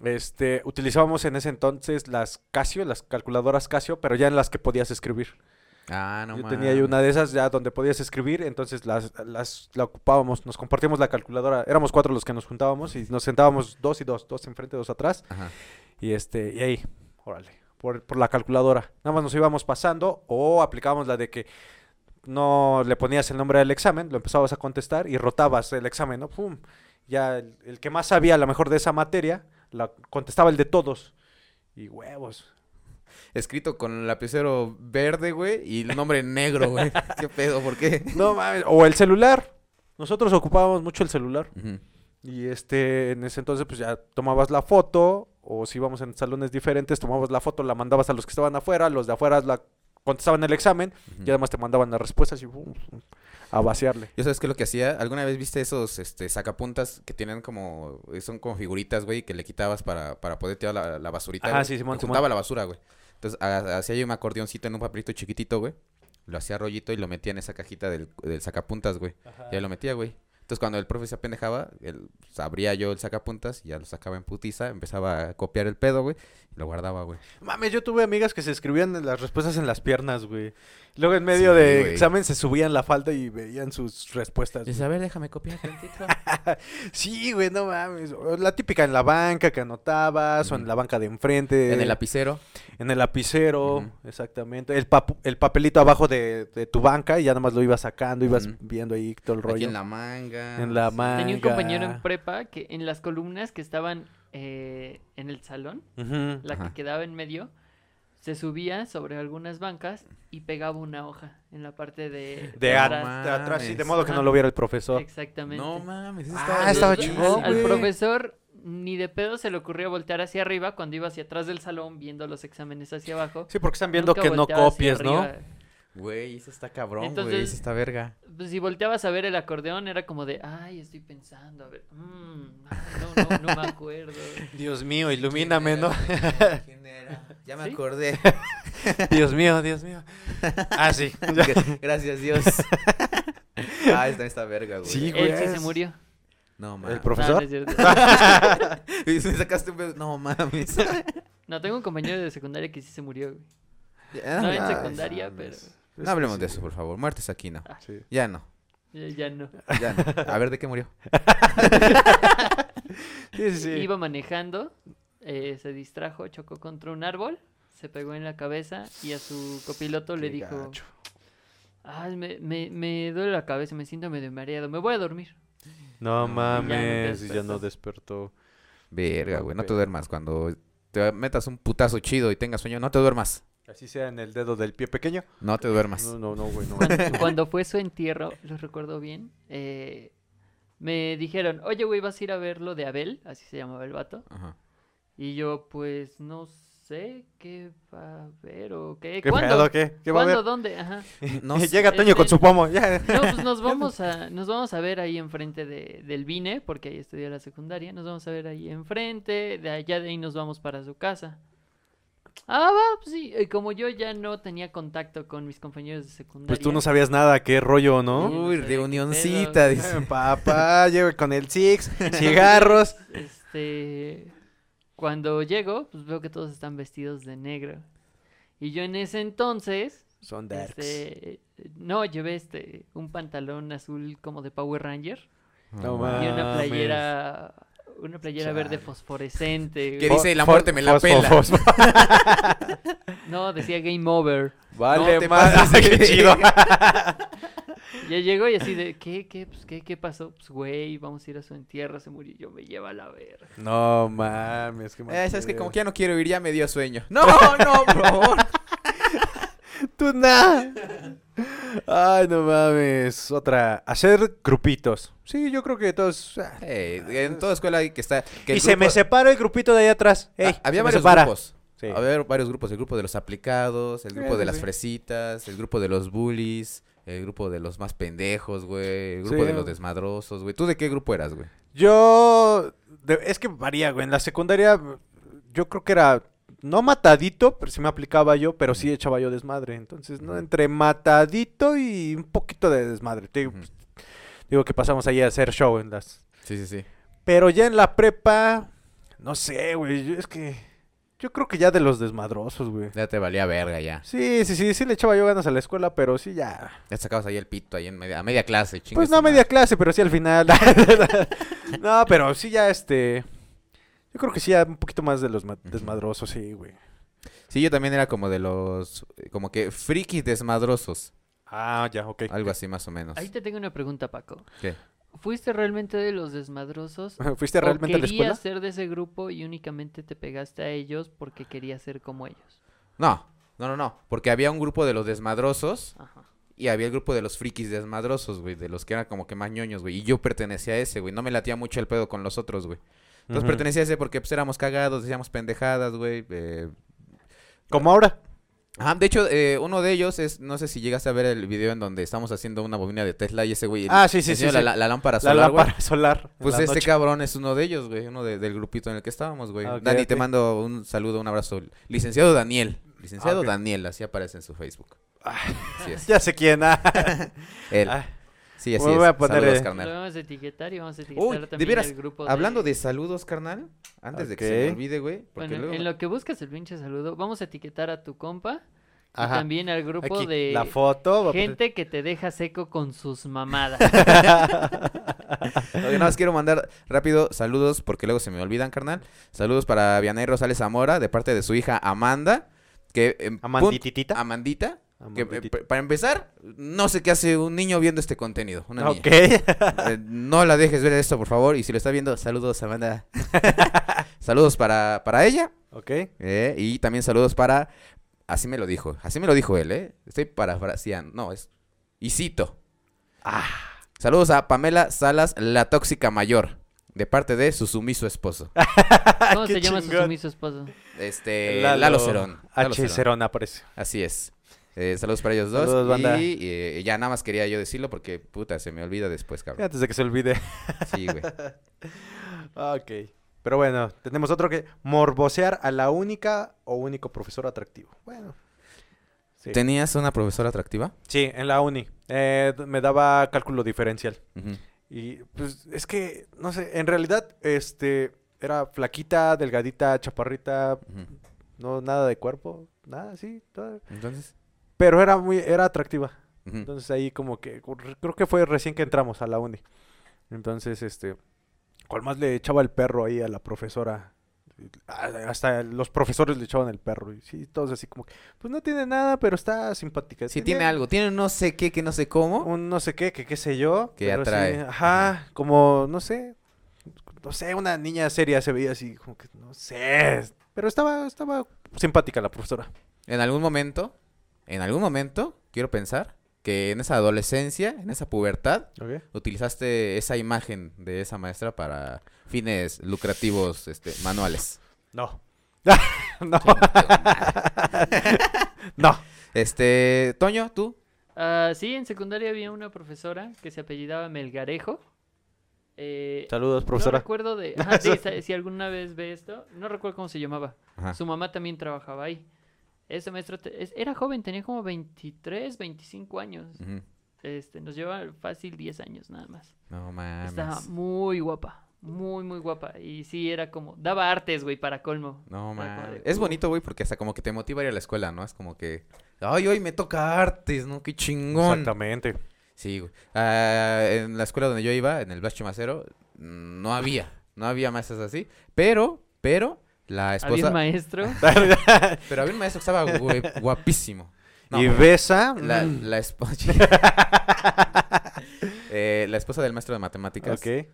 Este, utilizábamos en ese entonces las Casio, las calculadoras Casio, pero ya en las que podías escribir.
Ah, no
yo
mames.
tenía yo una de esas ya donde podías escribir, entonces las, las la ocupábamos, nos compartíamos la calculadora. Éramos cuatro los que nos juntábamos y nos sentábamos dos y dos, dos enfrente, dos atrás.
Ajá.
Y este, y ahí, órale, por, por la calculadora. Nada más nos íbamos pasando o aplicábamos la de que no le ponías el nombre del examen, lo empezabas a contestar y rotabas el examen, ¿no? ¡Pum! Ya el, el que más sabía a lo mejor de esa materia, la contestaba el de todos. Y huevos.
Escrito con lapicero verde, güey, y el nombre negro, güey. ¿Qué pedo? ¿Por qué?
No mames. O el celular. Nosotros ocupábamos mucho el celular.
Ujú.
Y este, en ese entonces, pues ya tomabas la foto, o si íbamos en salones diferentes, tomabas la foto, la mandabas a los que estaban afuera, los de afuera la contestaban el examen, y además te mandaban las respuestas y ¡bum! a vaciarle.
Yo sabes qué es lo que hacía. ¿Alguna vez viste esos este, sacapuntas que tienen como. Son como figuritas, güey, que le quitabas para, para poder tirar la, la basurita?
Ajá,
güey?
sí, Simón,
Que juntaba
Simón.
la basura, güey. Entonces ha- hacía yo un acordeoncito en un papelito chiquitito, güey. Lo hacía rollito y lo metía en esa cajita del, del sacapuntas, güey. Y ahí lo metía, güey. Entonces cuando el profe se apendejaba, él pues, abría yo el sacapuntas, ya lo sacaba en putiza, empezaba a copiar el pedo, güey, y lo guardaba, güey.
Mames, yo tuve amigas que se escribían las respuestas en las piernas, güey. Luego en medio
Sí,
de
güey.
examen se subían la falda y veían sus respuestas.
Dice, a ver, déjame copiar tantito.
güey. Sí, güey, no mames. O La típica en la banca que anotabas, o en
Ujú.
la banca de enfrente.
en el lapicero.
En el lapicero,
Ujú.
exactamente. El, papu- el papelito abajo de, de tu banca y ya nada más lo ibas sacando, ibas
Ujú.
viendo ahí todo el rollo.
Aquí en la manga.
En la
sí.
manga.
Tenía un compañero en prepa que en las columnas que estaban eh, en el salón,
Ujú.
la
Ajá.
que quedaba en medio, se subía sobre algunas bancas y pegaba una hoja en la parte de,
De,
No
a-
atrás.
de atrás, sí, de
mames.
modo que no
Ajá.
lo viera el profesor.
Exactamente.
No mames, eso
Ah,
estaba,
estaba
bien,
chingón,
güey.
Al
güey.
profesor ni de pedo se le ocurrió voltear hacia arriba cuando iba hacia atrás del salón viendo los exámenes hacia abajo.
Sí, porque están viendo
Nunca
que no
volteaba hacia
copies, ¿no?
arriba.
Güey, eso está cabrón, güey.
Entonces-
Eso está verga.
Pues, si volteabas a ver el acordeón era como de, ay, estoy pensando, a ver, mm, ay, no, no, no me acuerdo.
Dios mío, ilumíname, ¿no?
¿Quién era? Ya me
¿Sí?
acordé.
Dios mío, Dios mío. Ah, sí.
Gracias, Dios. ah, está esta verga, güey.
Sí, güey.
Él sí se
es-
murió.
No mames.
¿El
No,
profesor?
no es cierto.
Y me sacaste un pedo. No mames.
No, tengo un compañero de secundaria que sí se murió, güey.
Ya,
Ah,
No, en
mames.
secundaria, pero
No hablemos de eso, por favor. Muertes aquí no.
Sí.
Ya no.
ya, eh, ya no.
Ya no. A ver de qué murió.
Sí, sí, sí.
Iba manejando, eh, se distrajo, chocó contra un árbol, se pegó en la cabeza y a su copiloto le
Qué
dijo,
gacho.
ay, me, me, me duele la cabeza, me siento medio mareado, me voy a dormir.
No mames, y
despertó.
ya no despertó.
Verga, güey. No te
Ok.
duermas. Cuando te metas un putazo chido y tengas sueño, no te duermas.
Así sea en el dedo del pie pequeño.
No te duermas.
No, no, no, güey, no.
Cuando, cuando fue su entierro, lo recuerdo bien, eh, me dijeron, oye, güey, vas a ir a ver lo de Abel, así se llamaba el vato.
Ajá.
Y yo, pues, no sé qué va a haber o qué.
¿Qué
¿Cuándo?
pedo, qué? ¿Qué va a
¿Cuándo?
haber?
¿Dónde? Ajá.
No sé.
Llega Toño con su pomo. ya.
No, pues nos vamos a, nos vamos a ver ahí enfrente de, del Vine, porque ahí estudié la secundaria. Nos vamos a ver ahí enfrente, de allá de ahí nos vamos para su casa. Ah, va, pues sí. eh, Como yo ya no tenía contacto con mis compañeros de secundaria.
Pues tú no sabías nada, qué rollo, ¿no?
Uy,
No sé,
reunioncita,
qué
dice.
Papá, lleve con el Six, cigarros.
Este. Cuando llego, pues veo que todos están vestidos de negro. Y yo en ese entonces.
Son darks.
Este, no, llevé este, un pantalón azul como de Power Ranger.
No mames.
Y una
Ah,
playera. Una playera verde
Chale.
fosforescente.
¿Qué
güey.
dice? La
Fo-
muerte me la
fosfo-
pela.
fosfo.
No, decía Game Over.
No
Vale,
te
más.
pases,
qué
güey.
chido.
Ya llegó y así de, ¿qué, qué, pues, qué, qué pasó? Pues, güey, vamos a ir a su entierro, se murió, yo me lleva a la verga.
No mames, qué mal
Eh, sabes que
pedo.
como que ya no quiero ir, ya me dio sueño. No, no, por favor.
Tú na. Ay, no mames. Otra. Hacer grupitos. Sí, yo creo que todos. ah.
Eh, en toda escuela hay que estar.
Y se me separa el grupito de ahí atrás.
Ah,
Ey, se
había
me
varios
separa.
grupos.
Sí.
Había varios grupos. El grupo de los aplicados, el grupo
Sí,
de
sí,
las
sí.
fresitas, el grupo de los bullies, el grupo de los más pendejos, güey. El grupo
Sí.
de los desmadrosos, güey. ¿Tú de qué grupo eras, güey?
Yo. de- es que varía, güey. En la secundaria, yo creo que era. No matadito, pero sí me aplicaba yo, pero sí echaba yo desmadre. Entonces, ¿no? Entre matadito y un poquito de desmadre. Te digo,
Ujú.
pues, digo que pasamos ahí a hacer show en las.
Sí, sí, sí.
Pero ya en la prepa. No sé, güey. yo- Es que. Yo creo que ya de los desmadrosos, güey.
Ya te valía verga ya.
Sí, sí, sí, sí le echaba yo ganas a la escuela, pero sí ya.
Ya sacabas ahí el pito ahí en media, a media clase, chingas.
Pues no a media clase, pero sí al final. no, pero sí ya este. Yo creo que sí ya un poquito más de los ma- desmadrosos, sí, güey.
Sí, yo también era como de los, eh, como que frikis desmadrosos.
Ah, ya, ok.
Algo así más o menos.
Ahí te tengo una pregunta, Paco.
¿Qué?
¿Fuiste realmente de los desmadrosos?
¿Fuiste realmente
o
a la escuela?
querías ser de ese grupo y únicamente te pegaste a ellos porque querías ser como ellos?
No, no, no, no. Porque había un grupo de los desmadrosos
Ajá.
y había el grupo de los frikis desmadrosos, güey. De los que eran como que más ñoños, güey. Y yo pertenecía a ese, güey. No me latía mucho el pedo con los otros, güey. Entonces
Ujú.
pertenecía a ese porque pues éramos cagados, decíamos pendejadas, güey. eh,
Como ahora.
Ajá, de hecho, eh, uno de ellos es, no sé si llegaste a ver el video en donde estamos haciendo una bobina de Tesla y ese güey.
Ah, sí, sí, sí,
enseñó La,
sí.
la- la lámpara
La
solar, güey.
lámpara solar. en
Pues
la
este
noche.
cabrón es uno de ellos, güey. Uno de- del grupito en el que estábamos, güey.
Ah, ok,
Dani, te
ok.
mando un saludo, un abrazo. Licenciado Daniel. Licenciado
Ah, ok.
Daniel, así aparece en su Facebook. Así es.
Ya sé quién. ah.
Él.
Ah,
Sí, así
voy
es.
a poner,
Saludos,
eh,
Lo
carnal.
vamos a etiquetar y vamos a etiquetar
Uy,
también
de veras,
al grupo
hablando de saludos, carnal, antes de que se me
Ok.
olvide, güey. Porque
Bueno,
luego...
en lo que buscas el pinche saludo, vamos a etiquetar a tu compa
Ajá.
y también al grupo
Aquí,
de
la foto. va a poner-
gente que te deja seco con sus mamadas.
Oye, nada más quiero mandar rápido saludos porque luego se me olvidan, carnal. Saludos para Vianey Rosales Zamora de parte de su hija Amanda. Que, em,
Amandititita.
pun- Amandita. que, eh,
Amanditita.
pa- para empezar, no sé qué hace un niño viendo este contenido. Una niña.
Ah, Ok.
Eh, no la dejes ver esto, por favor. Y si lo está viendo, saludos, Amanda. saludos para, para ella.
ok.
eh, y también saludos para. Así me lo dijo. Así me lo dijo él, ¿eh? Estoy parafraseando. No, es. Y cito.
Ah.
Saludos a Pamela Salas, la tóxica mayor. De parte de su sumiso esposo.
¿Cómo
Ah, Qué
se llama su
chingón.
sumiso esposo?
Este. Lalo Cerón. Lalo
H.
Cerón.
Cerón aparece.
Así es. Eh, saludos para ellos dos.
Saludos, banda.
Y eh, ya nada más quería yo decirlo porque, puta, se me olvida después, cabrón.
Antes de que se olvide.
Sí, güey.
Ah, Ok. Pero bueno, tenemos otro que morbosear a la única o único profesor atractivo. Bueno. Sí,
¿Tenías una profesora atractiva?
Sí, en la uni. Eh, d- me daba cálculo diferencial.
Ujú.
Y pues es que, no sé, en realidad, este, era flaquita, delgadita, chaparrita,
Ujú.
no nada de cuerpo, nada así. todo.
Entonces.
Pero era muy, era atractiva.
ujú.
Entonces ahí como que, cor- creo que fue recién que entramos a la uni. Entonces, este, cual más le echaba el perro ahí a la profesora. A- Hasta los profesores le echaban el perro. Y sí, todos así como que, pues no tiene nada, pero está simpática.
Sí, tiene algo. Tiene un no sé qué, que no sé cómo.
Un no sé qué, que qué sé yo.
Que
pero sí,
atrae.
ajá, como, no sé, no sé, una niña seria se veía así como que, no sé. Pero estaba, estaba simpática la profesora.
En algún momento, en algún momento, quiero pensar que en esa adolescencia, en esa pubertad, utilizaste esa imagen de esa maestra para fines lucrativos este, manuales.
No. no. no.
Este, Toño, tú.
Ah, sí, en secundaria había una profesora que se apellidaba Melgarejo. Eh,
Saludos,
No recuerdo de. Ajá, sí, sa- si alguna vez ve esto, no recuerdo cómo se llamaba.
Ajá.
Su mamá también trabajaba ahí. Ese maestro te- es- era joven, tenía como 23, 25 años.
Ujú.
Este, nos lleva fácil 10 años nada más.
No mames.
Estaba muy guapa, muy, muy guapa. Y sí, era como, daba artes, güey, para colmo.
No
Era como
mames.
de,
Es
"Uh".
bonito, güey, porque hasta como que te motiva a ir a la escuela, ¿no? Es como que. Ay, hoy me toca artes, ¿no? Qué chingón.
Exactamente.
Sí, güey. Ah, en la escuela donde yo iba, en el Blas Chumacero, mm, no había, no había maestras así. Pero, pero, la
Había
esposa...
un maestro.
pero había un maestro que estaba gue- guapísimo. No,
y besa.
la,
mm,
la esposa... Eh, la esposa del maestro de matemáticas.
ok.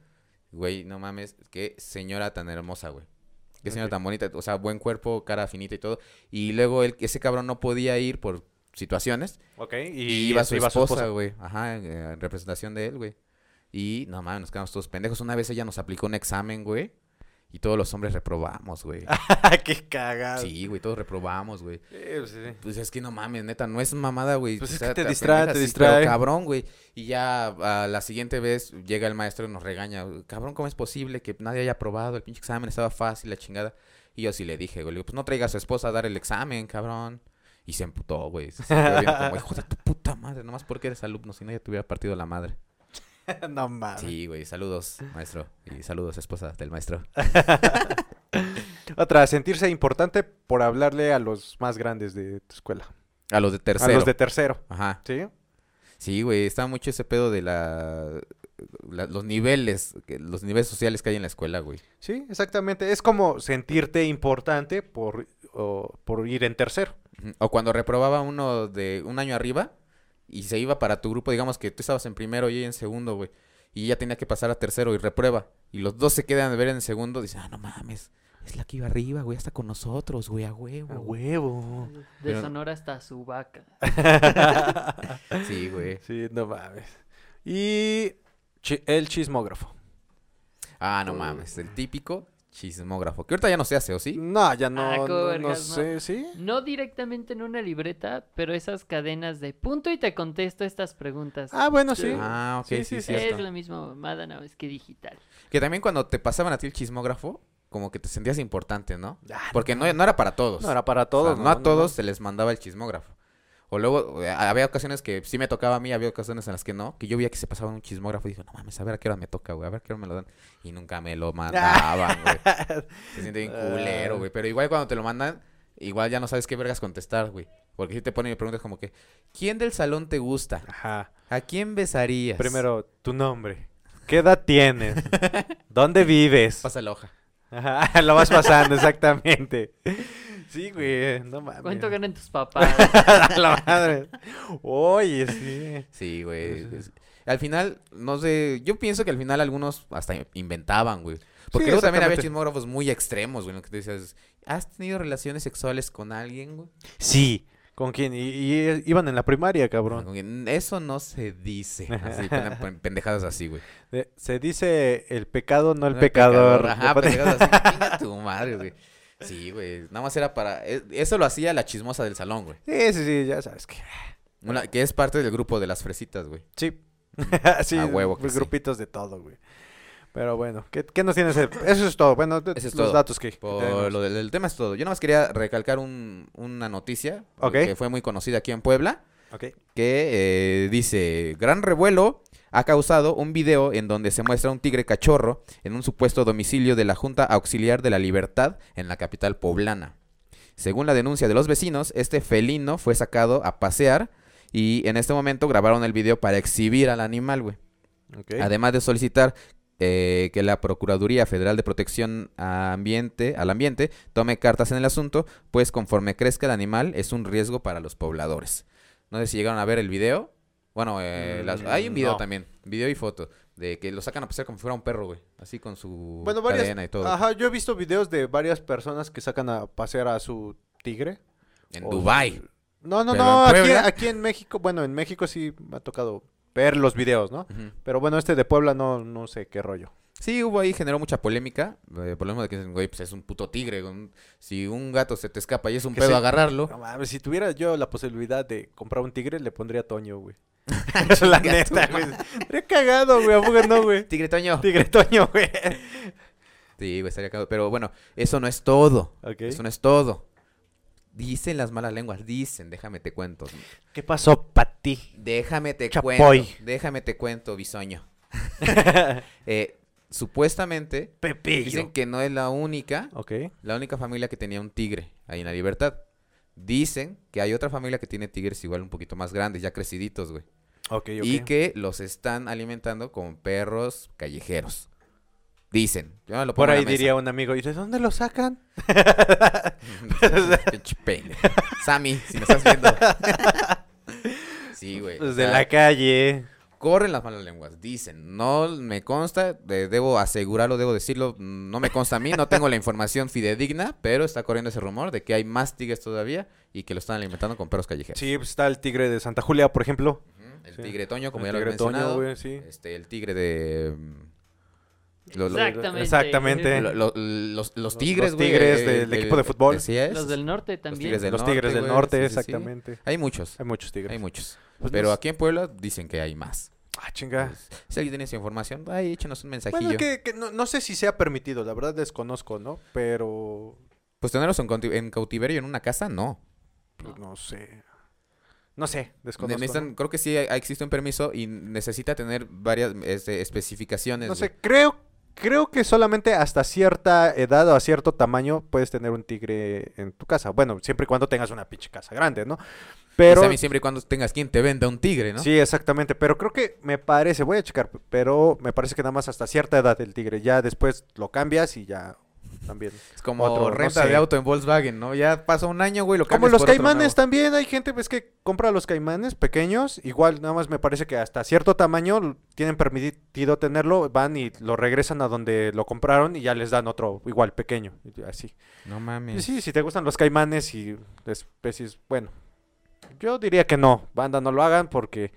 Güey, no mames, qué señora tan hermosa, güey. Qué señora
Ok.
tan bonita, o sea, buen cuerpo, cara finita y todo. Y luego él, ese cabrón no podía ir por situaciones
Ok.
Y
Y,
iba su
este,
esposa, güey. Ajá, en, eh, en representación de él, güey. Y no mames, nos quedamos todos pendejos. Una vez ella nos aplicó un examen, güey. Y todos los hombres reprobamos, güey.
Qué cagado.
Sí, güey, todos reprobamos, güey.
Eh, pues, sí.
Pues es que no mames, neta, no es mamada, güey.
Pues
O
es
sea,
que te
apendejas,
distrae, te
sí,
distrae.
Pero cabrón, güey. Y ya a la siguiente vez llega el maestro y nos regaña. Cabrón, ¿cómo es posible que nadie haya aprobado? El pinche examen estaba fácil, la chingada. Y yo sí le dije, güey, le digo, pues no traiga a su esposa a dar el examen, cabrón. Y se emputó, güey. Se quedó viendo como, hijo de tu puta madre, nomás porque eres alumno, si no ya te hubiera partido la madre.
no mames.
Sí, güey, saludos, maestro. Y saludos, esposa del maestro.
Otra, sentirse importante por hablarle a los más grandes de tu escuela.
A los de
A
tercero.
los de tercero.
Ajá.
¿Sí?
Sí, güey, está mucho ese pedo de la... la- los niveles, que- los niveles sociales que hay en la escuela, güey.
Sí, exactamente. Es como sentirte importante por, o- por ir en tercero.
Ujú. O cuando reprobaba uno de un año arriba y se iba para tu grupo, digamos que tú estabas en primero y ella en segundo, güey. Y ella tenía que pasar a tercero y reprueba. Y los dos se quedan de ver en segundo. Dicen, ah, no mames, es la que iba arriba, güey, hasta con nosotros, güey, a huevo.
huevo.
De
Pero-
Sonora hasta su vaca.
Sí, güey.
Sí, no mames. Y chi- el chismógrafo.
Ah, no mames, el típico chismógrafo. Que ahorita ya no se hace, ¿o sí?
No, ya no, no-
Ah,
no,
cobergas, no.
sé, ¿sí?
No directamente en una libreta, pero esas cadenas de punto y te contesto estas preguntas.
Ah, bueno, sí.
Ah, ok,
Sí,
sí,
sí,
es
sí.
cierto.
es la misma mamada, nada más que digital.
Que también cuando te pasaban a ti el chismógrafo, como que te sentías importante, ¿no?
Ah,
Porque no, no era para todos.
No era para
O sea,
todos.
no, a todos se les mandaba el chismógrafo. O luego, eh, había ocasiones que sí me tocaba a mí, había ocasiones en las que no, que yo veía que se pasaba un chismógrafo y dije, no mames, a ver a qué hora me toca, güey, a ver a qué hora me lo dan. Y nunca me lo mandaban, güey. Se siente bien culero, güey. Pero igual cuando te lo mandan, igual ya no sabes qué vergas contestar, güey. Porque si te ponen preguntas como que, ¿quién del salón te gusta?
Ajá.
¿A quién besarías?
Primero, tu nombre. ¿Qué edad tienes? ¿Dónde vives?
Pasa la hoja.
Ajá, lo vas pasando, exactamente. Sí, güey, no mames.
Ah,
¿Cuánto ganan tus papás?
A la madre. Oye, sí.
Sí, güey.
Sí, sí,
es- Al final, no sé, yo pienso que al final algunos hasta inventaban, güey. Porque
Sí,
luego también había
exactamente.
chismógrafos muy extremos, güey, en lo que te decías, ¿has tenido relaciones sexuales con alguien, güey?
Sí. ¿Con quién? Y, y eh, iban en la primaria, cabrón.
Como que, Eso no se dice. Así, pen- pen- pendejadas así, güey.
Eh, Se dice el pecado, no el
No
pecador.
Ajá, pendejadas así. Chinga tu madre, güey. Sí, güey. Nada más era para... e- Eso lo hacía la chismosa del salón, güey.
Sí, sí, sí, ya sabes que.
Una- Que es parte del grupo de las fresitas, güey.
Sí. sí,
A huevo que
pues,
sí.
grupitos de todo, güey. Pero bueno, ¿qué, qué nos tienes? Eso es todo. Bueno, de-
Eso es
los
todo.
datos que. que
Por
tenemos.
lo del, del tema es todo. Yo nada más quería recalcar un- una noticia
Ok.
que fue muy conocida aquí en Puebla,
Ok.
que eh, dice, gran revuelo ha causado un video en donde se muestra un tigre cachorro en un supuesto domicilio de la Junta Auxiliar de la Libertad en la capital poblana. Según la denuncia de los vecinos, este felino fue sacado a pasear y en este momento grabaron el video para exhibir al animal, güey.
ok.
Además de solicitar eh, que la Procuraduría Federal de Protección a Ambiente, al Ambiente tome cartas en el asunto, pues conforme crezca el animal es un riesgo para los pobladores. No sé si llegaron a ver el video. Bueno, eh, las-
Mm,
hay un video
no.
también, video y foto, de que lo sacan a pasear como si fuera un perro, güey. Así con su
Bueno, varias.
cadena y todo.
Ajá, yo he visto videos de varias personas que sacan a pasear a su tigre.
En
O-
Dubái.
No, no,
Pero
no.
en
Aquí,
Puebla.
aquí en México, bueno, en México sí me ha tocado ver los videos, ¿no?
Ujú.
Pero bueno, este de Puebla no, no sé qué rollo.
Sí, hubo ahí, generó mucha polémica. eh, por lo mismo de que dicen, güey, pues es un puto tigre. un- si un gato se te escapa y es un
Que
pedo
se-
agarrarlo.
No mames, si tuviera yo la posibilidad de comprar un tigre, le pondría a Toño, güey. la neta, güey. Estaría cagado, güey. ¿A poco no, güey?
Tigre Toño.
Tigre Toño, güey.
Sí, güey, estaría cagado. Pero bueno, eso no es todo.
Ok.
Eso no es todo. Dicen las malas lenguas, dicen, déjame te cuento.
¿Qué pasó, Pati?
Déjame te
Chapoy.
cuento. Déjame te cuento, bisoño. Eh, supuestamente,
Pepillo.
dicen que no es la única,
Ok.
la única familia que tenía un tigre ahí en la libertad. Dicen que hay otra familia que tiene tigres igual un poquito más grandes, ya creciditos, güey.
Ok, ok.
Y que los están alimentando con perros callejeros. Dicen. Yo no lo
Por
pongo en la
ahí
mesa.
diría un amigo, ¿y de dónde lo sacan?
Pinche pendejo. Sammy, si me estás viendo. Sí, güey. o
Pues de
sea,
la calle.
Corren las malas lenguas. Dicen, no me consta, de- debo asegurarlo, debo decirlo, no me consta a mí, no tengo la información fidedigna, pero está corriendo ese rumor de que hay más tigres todavía y que lo están alimentando con perros callejeros.
Sí, pues está el tigre de Santa Julia, por ejemplo.
Ujú, El
Sí.
tigre toño, como
El
ya lo he
tigre Toño,
mencionado.
güey, sí.
este, el tigre de... mm, lo- lo-
Exactamente.
Exactamente.
lo- lo- los, los
Los-
tigres,
los
güey,
tigres
eh,
del equipo de fútbol.
así es.
Los del norte también.
tigres del
Los
norte,
tigres del
güey,
norte,
sí, sí, sí.
exactamente.
Hay muchos.
Hay muchos tigres.
Hay muchos.
Pues
Pero
no-
aquí en Puebla dicen que hay más.
Ah, chinga.
Si alguien tiene esa información, ay, échenos un mensajillo.
Bueno, que, que no, no sé si sea permitido, la verdad desconozco, ¿no? Pero
Pues tenerlos en, cauti- en cautiverio en una casa, no.
pues, no sé. No sé, desconozco.
Necesitan, Creo que sí hay- existe un permiso y necesita tener varias este,
¿no?
especificaciones.
No sé,
güey.
creo Creo que solamente hasta cierta edad o a cierto tamaño puedes tener un tigre en tu casa. Bueno, siempre y cuando tengas una pinche casa grande, ¿no? Pero.
O sea, a mí siempre y cuando tengas quien te venda un tigre, ¿no?
Sí, exactamente. Pero creo que me parece, voy a checar, pero me parece que nada más hasta cierta edad el tigre. Ya después lo cambias y ya también.
Es como
otro, no
renta
sé.
de auto en Volkswagen, ¿no? Ya pasa un año, güey, lo
Como
cambias
los
por otro
caimanes
nuevo.
también, hay gente pues, que compra los caimanes pequeños, igual nada más me parece que hasta cierto tamaño l- tienen permitido tenerlo, van y lo regresan a donde lo compraron y ya les dan otro igual pequeño, y así.
No
Y
mames.
sí, si te gustan los caimanes y especies, bueno, yo diría que no, banda no lo hagan porque,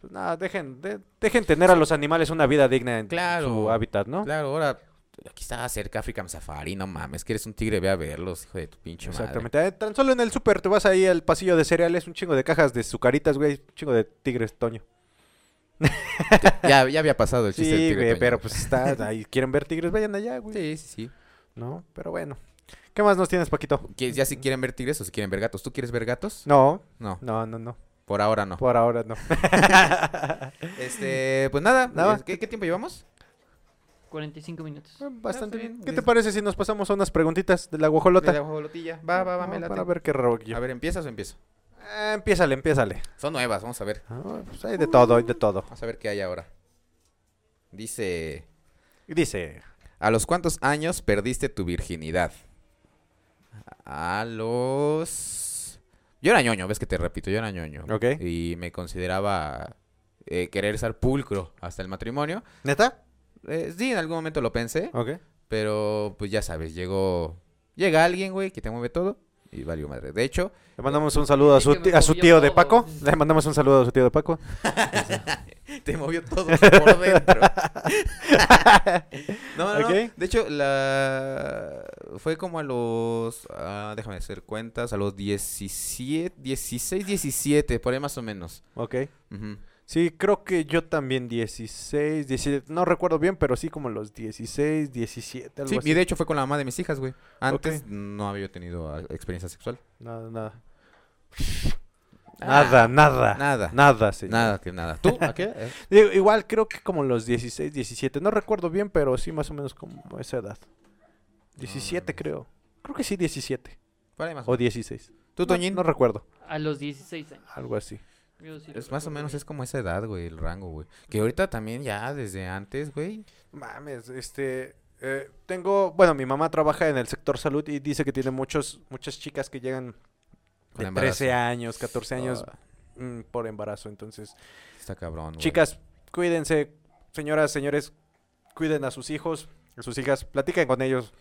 pues nada, dejen, de- dejen tener a los animales una vida digna en
Claro.
su hábitat, ¿no?
Claro, ahora aquí está cerca African Safari, no mames, que eres un tigre, ve a verlos, hijo de tu pinche madre.
Exactamente. Eh, Tan solo en el súper te vas ahí al pasillo de cereales, un chingo de cajas de sucaritas, güey, un chingo de tigres, Toño.
Ya, ya había pasado el chiste del
Sí,
tigre.
güey,
Toño.
pero pues está ahí. ¿Quieren ver tigres? Vayan allá, güey.
Sí, sí, sí.
No, pero bueno. ¿Qué más nos tienes, Paquito?
Que Ya si quieren ver tigres o si quieren ver gatos. ¿Tú quieres ver gatos?
No,
No,
no, no, no.
por ahora no.
Por ahora no.
Este, pues nada,
Nada. Ah,
eh, ¿Qué, qué tiempo llevamos?
45 minutos.
Bastante
está bien.
bien. ¿Qué te parece si nos pasamos a unas preguntitas de la guajolota?
De la guajolotilla. Va, va, va,
No,
me late.
Para ver qué rollo.
A ver, ¿empiezas o empiezo?
Eh, empiézale, empiézale.
Son nuevas, vamos a ver.
Ah, pues hay de todo, hay de todo.
Vamos a ver qué hay ahora. Dice,
Y Dice,
¿a los cuántos años perdiste tu virginidad? A los... Yo era ñoño, ves que te repito, yo era ñoño.
Ok.
Y me consideraba eh, querer ser pulcro hasta el matrimonio.
¿neta?
Eh, sí, en algún momento lo pensé,
Ok.
pero pues ya sabes, llegó... Llega alguien, güey, que te mueve todo y valió madre. De hecho,
Le mandamos un saludo a
Sí,
su,
que me
ti- a su
movió
tío de
todo.
Paco. Le mandamos un saludo a su tío de Paco.
Te movió todo por dentro. no, no, no.
Ok.
De hecho, la... fue como a los... ah, déjame hacer cuentas. A los 17, 16, 17, por ahí más o menos.
Ok.
Ujú.
Sí, creo que yo también 16, 17, no recuerdo bien, pero sí como los 16, 17, algo
Sí,
así.
y de hecho fue con la mamá de mis hijas, güey. Antes
Ok.
no había yo tenido ah, experiencia sexual.
Nada, nada. Nada, nada.
nada.
Nada, señor.
Nada, que nada. ¿Tú? ¿A qué? Eh,
Digo, igual creo que como los 16, 17, no recuerdo bien, pero sí más o menos como esa edad. 17 creo. Creo que sí 17
por ahí más o
o
menos.
16.
¿Tú,
No-
Toñín?
No, recuerdo,
A los 16 años.
algo así.
Yo sí lo
Es más o
recuerdo
menos
bien.
es como esa edad, güey, el rango, güey. Que ahorita también ya desde antes, güey.
Mames, este. eh, tengo. Bueno, mi mamá trabaja en el sector salud y dice que tiene muchos, muchas chicas que llegan
Con
de
embarazo.
13 años, 14 años
Ah,
mm, por embarazo. Entonces,
está cabrón, güey.
chicas, cuídense. Señoras, señores, cuiden a sus hijos, a sus hijas, platiquen con ellos.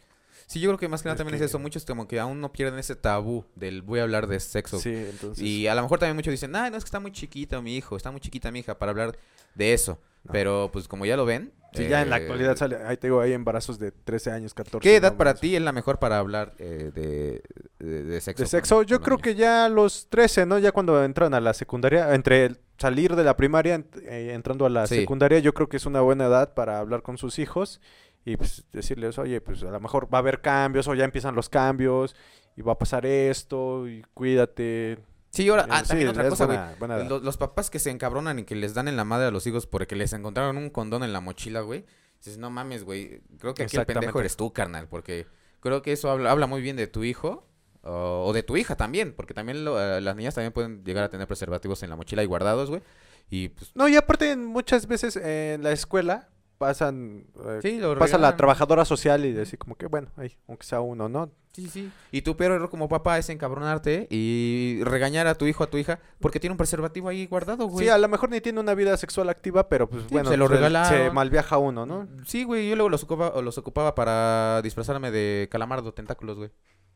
Sí, yo creo que más que nada
Es
también
que-
es eso. Muchos como que aún no pierden ese tabú del voy a hablar de sexo.
Sí, entonces.
Y a lo mejor también muchos dicen, ah, no, es que está muy chiquito mi hijo, está muy chiquita mi hija para hablar de eso.
No.
Pero pues como ya lo ven.
sí, ya en la
eh,
actualidad sale. Ahí te digo, hay embarazos de 13 años, 14.
¿Qué edad
no
para
mames.
ti es la mejor para hablar eh, de, de- de sexo?
De
con-
sexo, yo
con
creo
niños?
que ya a los 13, ¿no? Ya cuando entran a la secundaria, entre el salir de la primaria ent- eh, entrando a la
Sí.
secundaria, yo creo que es una buena edad para hablar con sus hijos y pues, decirles, oye, pues a lo mejor va a haber cambios o ya empiezan los cambios y va a pasar esto y cuídate.
Sí, ahora,
Eh,
ah, también
sí,
otra
es
cosa, güey.
buena- buena edad.
Los, los papás que se encabronan y que les dan en la madre a los hijos porque les encontraron un condón en la mochila, güey. Dices, no mames, güey. Creo que aquí el pendejo
Exactamente.
eres tú, carnal. Porque creo que eso habla, habla muy bien de tu hijo o, o de tu hija también. Porque también lo- eh, las niñas también pueden llegar a tener preservativos en la mochila y guardados, güey. Y pues.
No, y aparte en- muchas veces eh, en la escuela pasan... eh,
Sí, lo
Pasa la
regalan.
trabajadora social y decir como que bueno, ahí, aunque sea uno, ¿no?
Sí, sí. Y tu peor error como papá es encabronarte y regañar a tu hijo, a tu hija, porque tiene un preservativo ahí guardado, güey.
Sí, a lo mejor ni tiene una vida sexual activa, pero pues
Sí,
bueno,
se lo
Se
regalaron.
malviaja uno, ¿no?
Sí, güey, yo luego los ocupaba, los ocupaba para disfrazarme de calamardo, tentáculos, güey.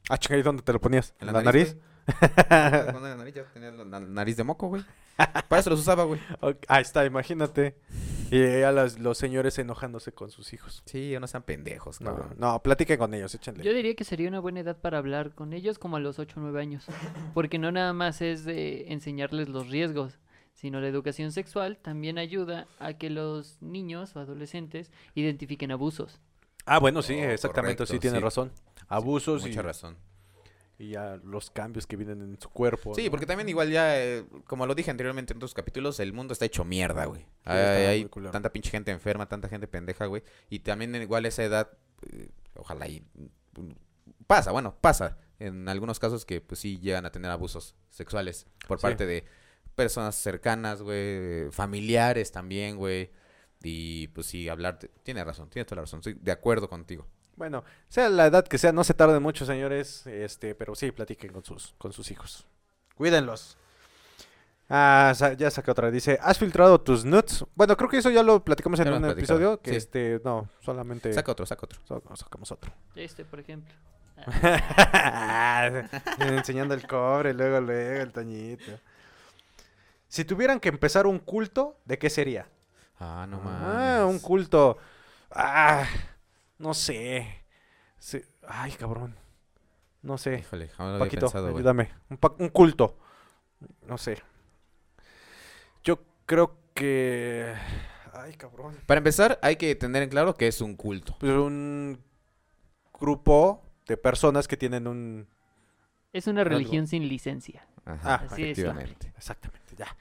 Ah, chinga, ¿y dónde te lo ponías? ¿En la, nariz?
güey. Cuando era nariz, ya tenía la na- nariz de moco, güey. Para eso los usaba, güey.
Ok, Ahí está, imagínate. Y a las- los señores enojándose con sus hijos.
Sí, no sean pendejos,
No,
cabrón.
no, platiquen con ellos, échenle.
Yo diría que sería una buena edad para hablar con ellos como a los 8 o 9 años, porque no nada más es de enseñarles los riesgos, sino la educación sexual también ayuda a que los niños o adolescentes identifiquen abusos.
Ah, bueno, sí,
Oh,
exactamente,
correcto,
sí, tienes
sí.
razón. Abusos
Mucha
y
razón.
y ya los cambios que vienen en su cuerpo.
Sí,
¿no?
porque también igual ya, eh, como lo dije anteriormente en otros capítulos, el mundo está hecho mierda, güey. Hay,
está muy
hay
culero.
tanta pinche gente enferma, tanta gente pendeja, güey. Y también en igual esa edad, eh, ojalá y... mm, Pasa, bueno, pasa. En algunos casos que pues sí llegan a tener abusos sexuales por
Sí.
parte de personas cercanas, güey, familiares también, güey. Y pues sí, hablar... Tiene razón, tiene toda la razón. Estoy de acuerdo contigo.
Bueno, sea la edad que sea, no se tarden mucho, señores, este, pero sí, platiquen con sus, con sus hijos. Cuídenlos. Ah, sa- ya saqué otra. Dice, ¿has filtrado tus nuts? Bueno, creo que eso ya lo platicamos en
Ya lo
un
hemos platicado,
episodio, que
sí.
este, no, solamente
Saca otro, saca otro.
so- no, sacamos otro.
Este, por ejemplo.
Enseñando el cobre, luego, luego, el toñito. Si tuvieran que empezar un culto, ¿de qué sería?
Ah, no mames.
Ah, un culto. Ah, no sé. Sí, Ay, cabrón. No sé.
Híjole, jamás lo había
Paquito,
pensado, güey.
ayúdame. Un, pa- un culto. No sé. Yo creo que. Ay, cabrón.
Para empezar, hay que tener en claro que es un culto.
Pues un grupo de personas que tienen un.
Es una religión sin licencia.
Ajá,
Ah,
así es,
efectivamente.
Exactamente, ya.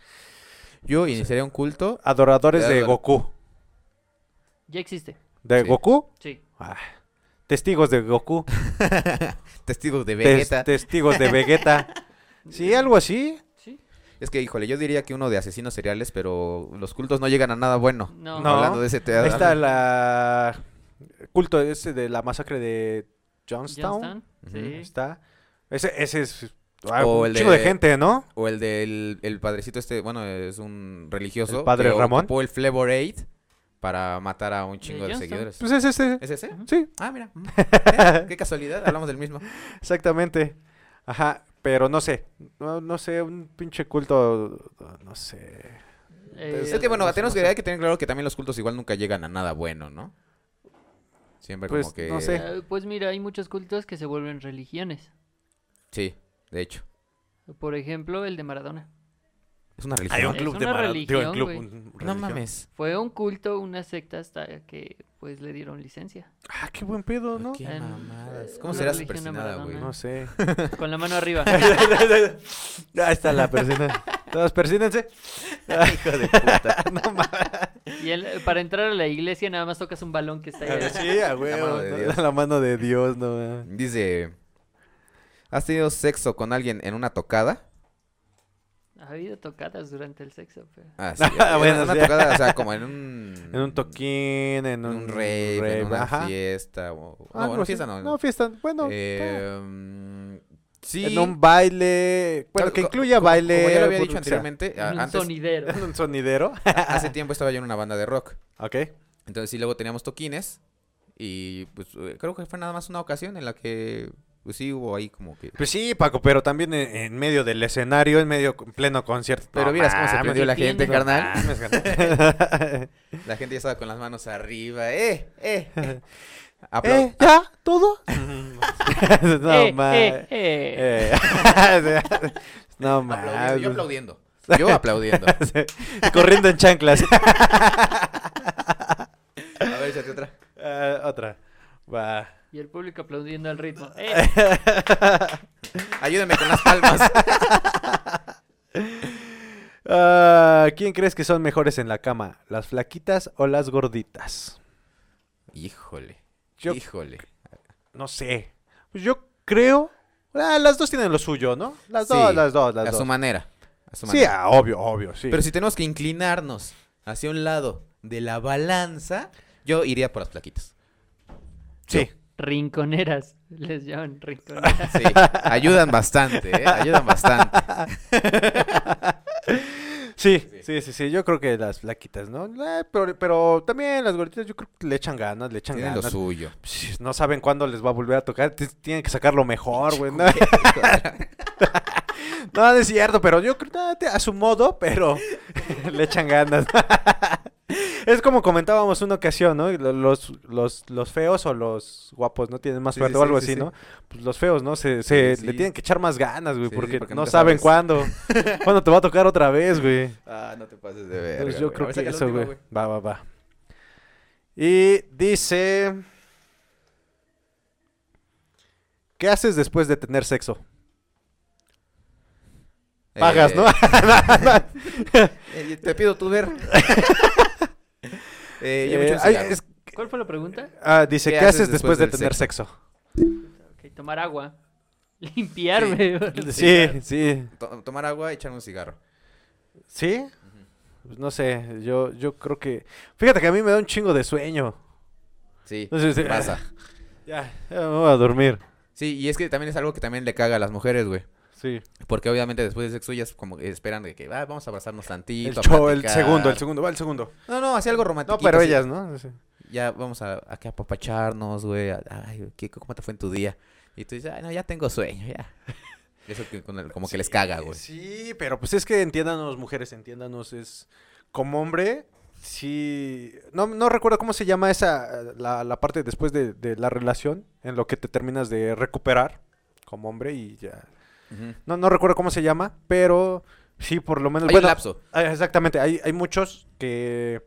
Yo iniciaría un culto.
Adoradores de
Adora-
Goku.
Ya existe.
¿De
Sí.
Goku?
Sí.
Ah, Testigos de Goku.
Testigos de
Tes-
Vegeta.
testigos de Vegeta. Sí, algo así.
Sí.
Es que, híjole, yo diría que uno de asesinos seriales, pero los cultos no llegan a nada bueno.
No.
No.
Hablando de ese te-
Ahí está la culto ese de la masacre de Johnstown.
Johnstown.
Ujú.
Ahí
Sí.
está. Ese, ese es ah,
O
un
el
chico de...
de-
gente, ¿no?
O el del el padrecito este, bueno, es un religioso.
¿El padre
que
Ramón?
ocupó el Flavor Aid para matar a un chingo de,
Johnstown.
seguidores.
Pues es ese.
¿Es ese?
Sí,
Ah, mira. Mm. Eh, Qué casualidad, hablamos del mismo.
exactamente. Ajá, pero no sé. No, no sé, un pinche culto. No sé.
Eh,
Es que, bueno,
no sé,
tenemos
no
que,
sé.
hay que tener claro que también los cultos igual nunca llegan a nada bueno, ¿no? Siempre
Pues,
como que...
no sé.
eh, Pues mira, hay muchos cultos que se vuelven religiones.
Sí, de hecho.
Por ejemplo, el de Maradona.
Es una religión.
Hay un
Es
club de
una
Maradona. Digo, el
religión,
club.
güey.
un- un
No
religión.
mames.
Fue un culto, una secta hasta que pues le dieron licencia.
Ah, qué buen pedo, ¿no?
Qué
En-
mamadas.
eh,
¿Cómo
la
será su
religión de
persinada, güey?
Maradona.
No sé.
Con la mano arriba.
Ahí está la persona. Todos persínense.
Hijo de puta.
No mames.
Y él, para entrar a la iglesia nada más tocas un balón que está ahí.
Sí, a huevo,
mano de
¿no?
Dios.
La mano de Dios, no mames.
Dice... ¿Has tenido sexo con alguien en una tocada?
Ha habido tocadas durante el sexo, pero...
Ah, sí.
Ah,
en
bueno,
una
sí.
tocada, o sea, como en un...
En un toquín, en
En
un,
un rave, en una fiesta. O... No,
Ah, Algo
bueno,
así.
fiesta no.
No, fiesta, bueno. todo.
Eh, mm, sí.
En un baile, bueno,
Claro,
que
co-
incluya
como-
baile.
Como ya lo había
por-
dicho
o sea,
anteriormente, a-
En un
antes,
sonidero.
En un sonidero.
hace tiempo estaba yo en una banda de rock.
ok.
Entonces sí, luego teníamos toquines y pues eh, creo que fue nada más una ocasión en la que pues sí hubo ahí como que...
Pues sí, Paco, pero también en, en medio del escenario, en medio en pleno concierto.
Pero
No
miras cómo se
mames,
prendió la gente,
no
carnal.
mames, carnal.
La gente ya estaba con las manos arriba. ¡Eh! ¡Eh! eh. Apla-
¿Eh? ¿Ya? ¿Todo?
Eh,
no mames.
eh, eh.
Eh, no
aplaudiendo. Yo
mames.
aplaudiendo. Yo aplaudiendo.
Corriendo en chanclas.
A ver, échate otra.
Eh, otra. Va.
Y el público aplaudiendo al ritmo. Eh,
Ayúdame con las palmas.
Ah, ¿Quién crees que son mejores en la cama? ¿Las flaquitas o las gorditas?
Híjole.
Yo-
Híjole.
No sé. Pues yo creo. Ah, las dos tienen lo suyo, ¿no? Las
Sí,
dos, las dos, las
A
dos.
su manera. A su
Sí,
manera.
ah, obvio, obvio, sí.
Pero si tenemos que inclinarnos hacia un lado de la balanza, yo iría por las plaquitas.
sí.
rinconeras. Les llaman rinconeras.
Sí. Ayudan bastante, ¿eh? Ayudan bastante.
Sí, sí, sí, sí, yo creo que las flaquitas, ¿no? Eh, pero, pero también las gorditas yo creo que le echan ganas, le echan
Tienen lo
ganas.
suyo.
Sí, No saben cuándo les va a volver a tocar, t- tienen que sacar lo mejor, güey. No, No, no es cierto, pero yo creo que a su modo, pero le echan ganas. es como comentábamos una ocasión, ¿no? Los, los, los feos o los guapos, ¿no? Tienen más
Sí,
suerte
sí,
o
sí,
algo
sí,
así,
sí.
¿no? Pues los feos, ¿no? Se, se-
Sí,
le
sí.
tienen que echar más ganas, güey,
Sí, sí,
porque,
porque
no
nunca
saben
sabes.
cuándo. ¿Cuándo te va a tocar otra vez, güey?
Ah, no te pases de
Pues
verga,
yo
güey. A
creo
ver,
que
saca la
eso,
última,
güey. Va, va, va. Y dice... ¿Qué haces después de tener sexo? Pagas,
Eh,
¿no?
eh, te pido tu ver. eh, yo me
Eh,
echo un
ay,
cigarro.
es-
¿Cuál fue la pregunta?
ah, dice, ¿qué, haces después, de
del
tener sexo?
Ok, tomar agua. Limpiarme.
Sí, sí.
To- tomar agua y echarme un cigarro.
¿Sí? Pues no sé, yo, yo creo que... Fíjate que a mí me da un chingo de sueño.
Sí,
No sé si-
pasa.
Ya, ya me voy a dormir.
Sí, y es que también es algo que también le caga a las mujeres, güey.
Sí.
Porque obviamente después de sexo ellas como que esperan de que "Ah, vamos a abrazarnos tantito.
El,
a
show, el
platicar".
segundo, el segundo, va el segundo.
No, no, así algo romántico.
No, pero ellas, ¿no? Sí.
Ya vamos a, a que apapacharnos, güey. a- Ay, ¿qué, ¿cómo te fue en tu día? Y tú dices, ay, no, ya tengo sueño, ya. Eso que con el- como que les caga, güey.
Sí, pero pues es que entiéndanos, mujeres, entiéndanos, es como hombre, sí, no, no recuerdo cómo se llama esa, eh, la, la parte después de, de la relación, en lo que te terminas de recuperar como hombre y ya,
Ujú.
no, no recuerdo cómo se llama, pero sí, por lo menos,
Hay un
bueno,
lapso.
ah, exactamente, hay, hay muchos que,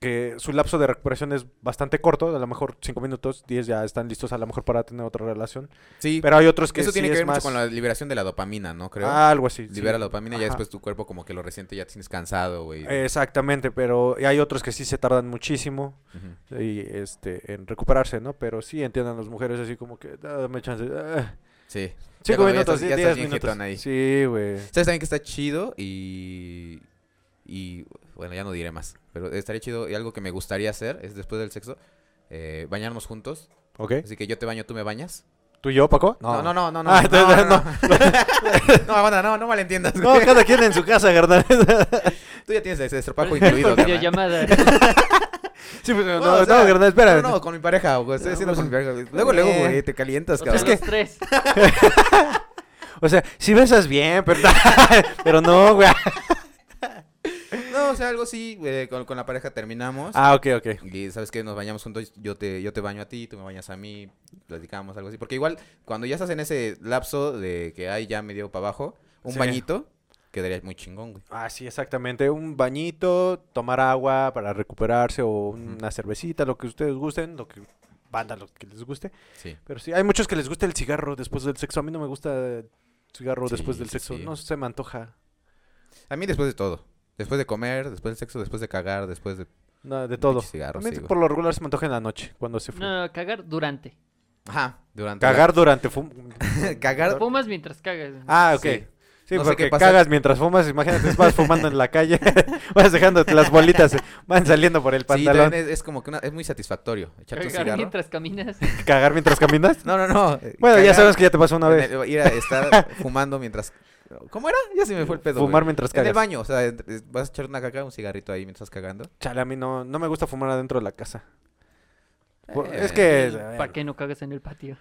que su lapso de recuperación es bastante corto, a lo mejor 5 minutos, 10 ya están listos a lo mejor para tener otra relación,
Sí,
pero hay otros que
eso
sí
tiene que
es
ver mucho
más-
con la liberación de la dopamina, ¿no? Creo.
Ah, algo así. sí.
Libera la dopamina y ya
Ajá.
después tu cuerpo como que lo resiente, ya te sientes cansado, güey.
Exactamente, pero hay otros que sí se tardan muchísimo
Ujú.
y, este, en recuperarse, ¿no? Pero sí entiendan las mujeres así como que, "Ah, dame chance. ah".
Sí. Ya
Cinco
cuando ya
minutos,
estás- ya
diez,
estás
diez
bien
minutos.
jetón ahí.
Sí, güey.
¿Sabes también que está chido? Y. Y. Bueno, ya no diré más. Pero estaría chido. Y algo que me gustaría hacer es después del sexo. eh, bañarnos juntos.
¿Ok?
Así que yo te baño, tú me bañas.
¿Tú y yo, Paco?
No, no, no, no, no. no,
Ah, entonces,
no, no. No, banda, no, no malentiendas.
No,
güey.
cada quien en su casa, carnal.
Tú ya tienes ese estropajo
Por
incluido. carnal.
videollamada.
sí, pues,
Bueno,
no,
o
no,
sea,
carnal, espera.
No, no, con mi pareja. güey, Estoy
No,
haciendo
pues,
con mi pareja. Luego, luego,
eh.
güey, te calientas,
O sea,
cabrón.
los
Es que-
tres.
O sea, si besas bien, pero, pero no, güey.
No, o sea, algo así. eh, con, con la pareja terminamos.
Ah, ok, ok.
Y sabes que nos bañamos juntos, yo te, yo te baño a ti, tú me bañas a mí, platicamos, algo así. Porque igual, cuando ya estás en ese lapso de que ay, ya me dio para abajo, un
Sí.
bañito, quedaría muy chingón, güey.
Ah, sí, exactamente. Un bañito, tomar agua para recuperarse o una cervecita, lo que ustedes gusten, lo que banda, lo que les guste.
Sí.
Pero sí, hay muchos que les gusta el cigarro después del sexo. A mí no me gusta el cigarro
Sí,
después del
sí,
sexo.
sí.
No se me antoja.
A mí después de todo. Después de comer, después del sexo, después de cagar, después de...
Nada, de todo.
pinche cigarro,
a mí
sí, güey.
por lo regular se me antoja en la noche, cuando se fuma.
No, cagar durante.
Ajá, durante... la-
Cagar durante fum...
cagar...
Fumas mientras cagas.
Ah, ok.
Sí.
Sí.
No sé qué
porque
pasa.
cagas mientras fumas, imagínate, vas fumando en la calle, vas dejándote las bolitas, eh, van saliendo por el
Sí,
pantalón.
también es, es como que una- es muy satisfactorio. Echarte un
Cagar
cigarro.
mientras caminas.
Cagar mientras caminas.
No, no, no. eh,
Bueno, ya
cagar
sabes que ya te pasó una
en
vez.
el- ir a estar fumando mientras... ¿Cómo era? Ya se me fue el pedo, güey.
Fumar mientras
En el
cagas.
baño, o sea, entre- vas a echar una caca, un cigarrito ahí mientras estás cagando.
Chale, a mí no, no me gusta fumar adentro de la casa. Por-
Eh,
es que...
¿Para qué no cagas en el patio?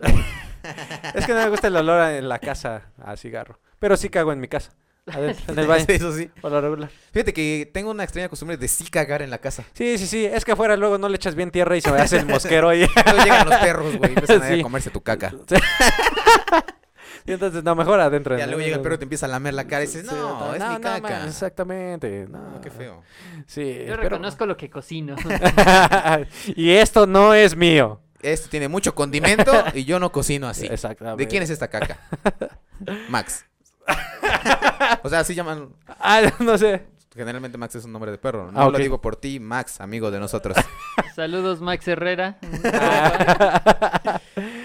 Es que no me gusta el olor a- en la casa a cigarro. Pero sí cago en mi casa. Adentro, en el baño.
Sí, Eso sí.
Por lo regular.
Fíjate que tengo una extraña costumbre de sí cagar en la casa.
Sí, sí, sí. Es que afuera luego no le echas bien tierra y se me hace el mosquero ahí.
Luego llegan los perros, güey, y empiezan a, ir a
Sí.
comerse tu caca.
Y entonces, no, mejor adentro.
Ya
¿no?
luego llega el perro y te empieza a lamer la cara y dices,
Sí,
no, es mi
no,
caca.
man, exactamente. No,
No, qué feo.
Sí.
Yo
pero-
reconozco lo que cocino.
y esto no es mío.
Esto Este tiene mucho condimento y yo no cocino así.
Exactamente.
¿De quién es esta caca? Max. O sea, así llaman.
Ah, no sé.
Generalmente Max es un nombre de perro. No
Ah, ok.
lo digo por ti, Max, amigo de nosotros.
Saludos, Max Herrera.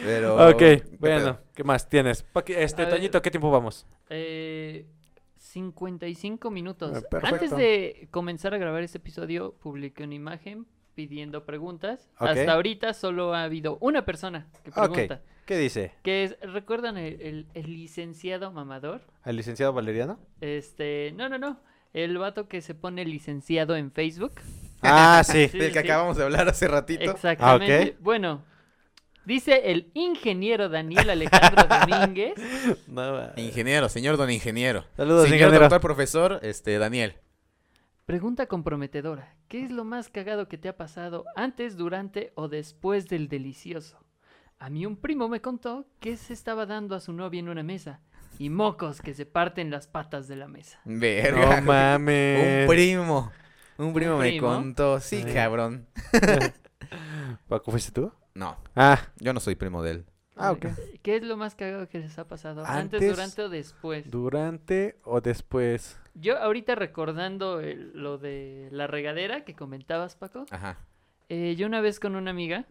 Pero.
ok,
¿qué
bueno.
pedo?
¿Qué más tienes? Pa- que- Este,
A ver.
Toñito, ¿qué tiempo vamos?
Eh, 55 minutos.
Eh, perfecto.
Antes de comenzar a grabar este episodio, publiqué una imagen pidiendo preguntas.
Ok.
Hasta ahorita solo ha habido una persona que
Ok.
pregunta.
¿Qué dice?
Que es, ¿recuerdan el, el- el licenciado mamador?
¿Al licenciado Valeriano?
Este, no, no, no. El vato que se pone licenciado en Facebook.
Ah, sí.
Sí,
Del que
sí.
acabamos de hablar hace ratito.
Exactamente.
Ah, ok.
Bueno, dice el ingeniero Daniel Alejandro Domínguez.
No, va.
Ingeniero, señor don ingeniero.
Saludos,
señor
ingeniero.
doctor profesor, este, Daniel.
Pregunta comprometedora. ¿Qué es lo más cagado que te ha pasado antes, durante o después del delicioso? A mí un primo me contó que se estaba dando a su novia en una mesa y mocos que se parten las patas de la mesa.
Verga.
No
Un
mames.
primo. Un primo me
primo?
contó. Sí,
Ay.
cabrón.
¿Paco fuiste tú?
No,
Ah,
yo no soy primo de él.
Ah, ok.
¿Qué es lo más cagado que les ha pasado? ¿Antes,
Antes,
durante o después?
¿Durante o después?
Yo ahorita recordando el- lo de la regadera que comentabas, Paco.
Ah.
Ajá.
eh, yo una vez con una amiga,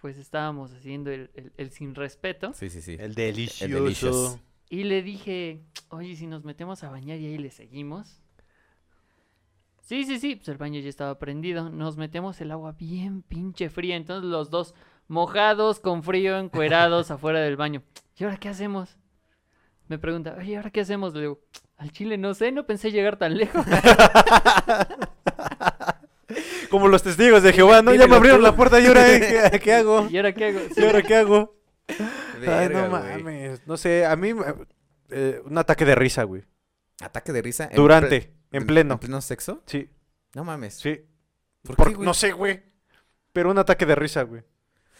pues estábamos haciendo el, el- el sin respeto.
Sí, sí, sí.
El
delicious.
delicioso.
Y le dije, oye, si nos metemos a bañar y ahí le seguimos. Sí, sí, sí, pues el baño ya estaba prendido. Nos metemos el agua bien pinche fría. Entonces los dos mojados, con frío, encuerados afuera del baño. ¿Y ahora qué hacemos? Me pregunta, oye, ¿y ¿ahora qué hacemos? Le digo, al chile no sé, no pensé llegar tan lejos.
Como los testigos de Jehová, ¿no? Ya me
dímelo
abrieron
tú.
la puerta y ahora, ¿eh? ¿qué, qué hago?
¿Y ahora qué hago?
¿Y ahora qué hago? Ay,
Verga,
no
güey.
mames. No sé, a mí eh, un ataque de risa, güey.
Ataque de risa. en
Durante,
pre-
en pleno.
¿En pleno sexo?
Sí,
No mames.
sí.
¿Por
Por-
qué, güey?
no sé, güey. Pero un ataque de risa, güey.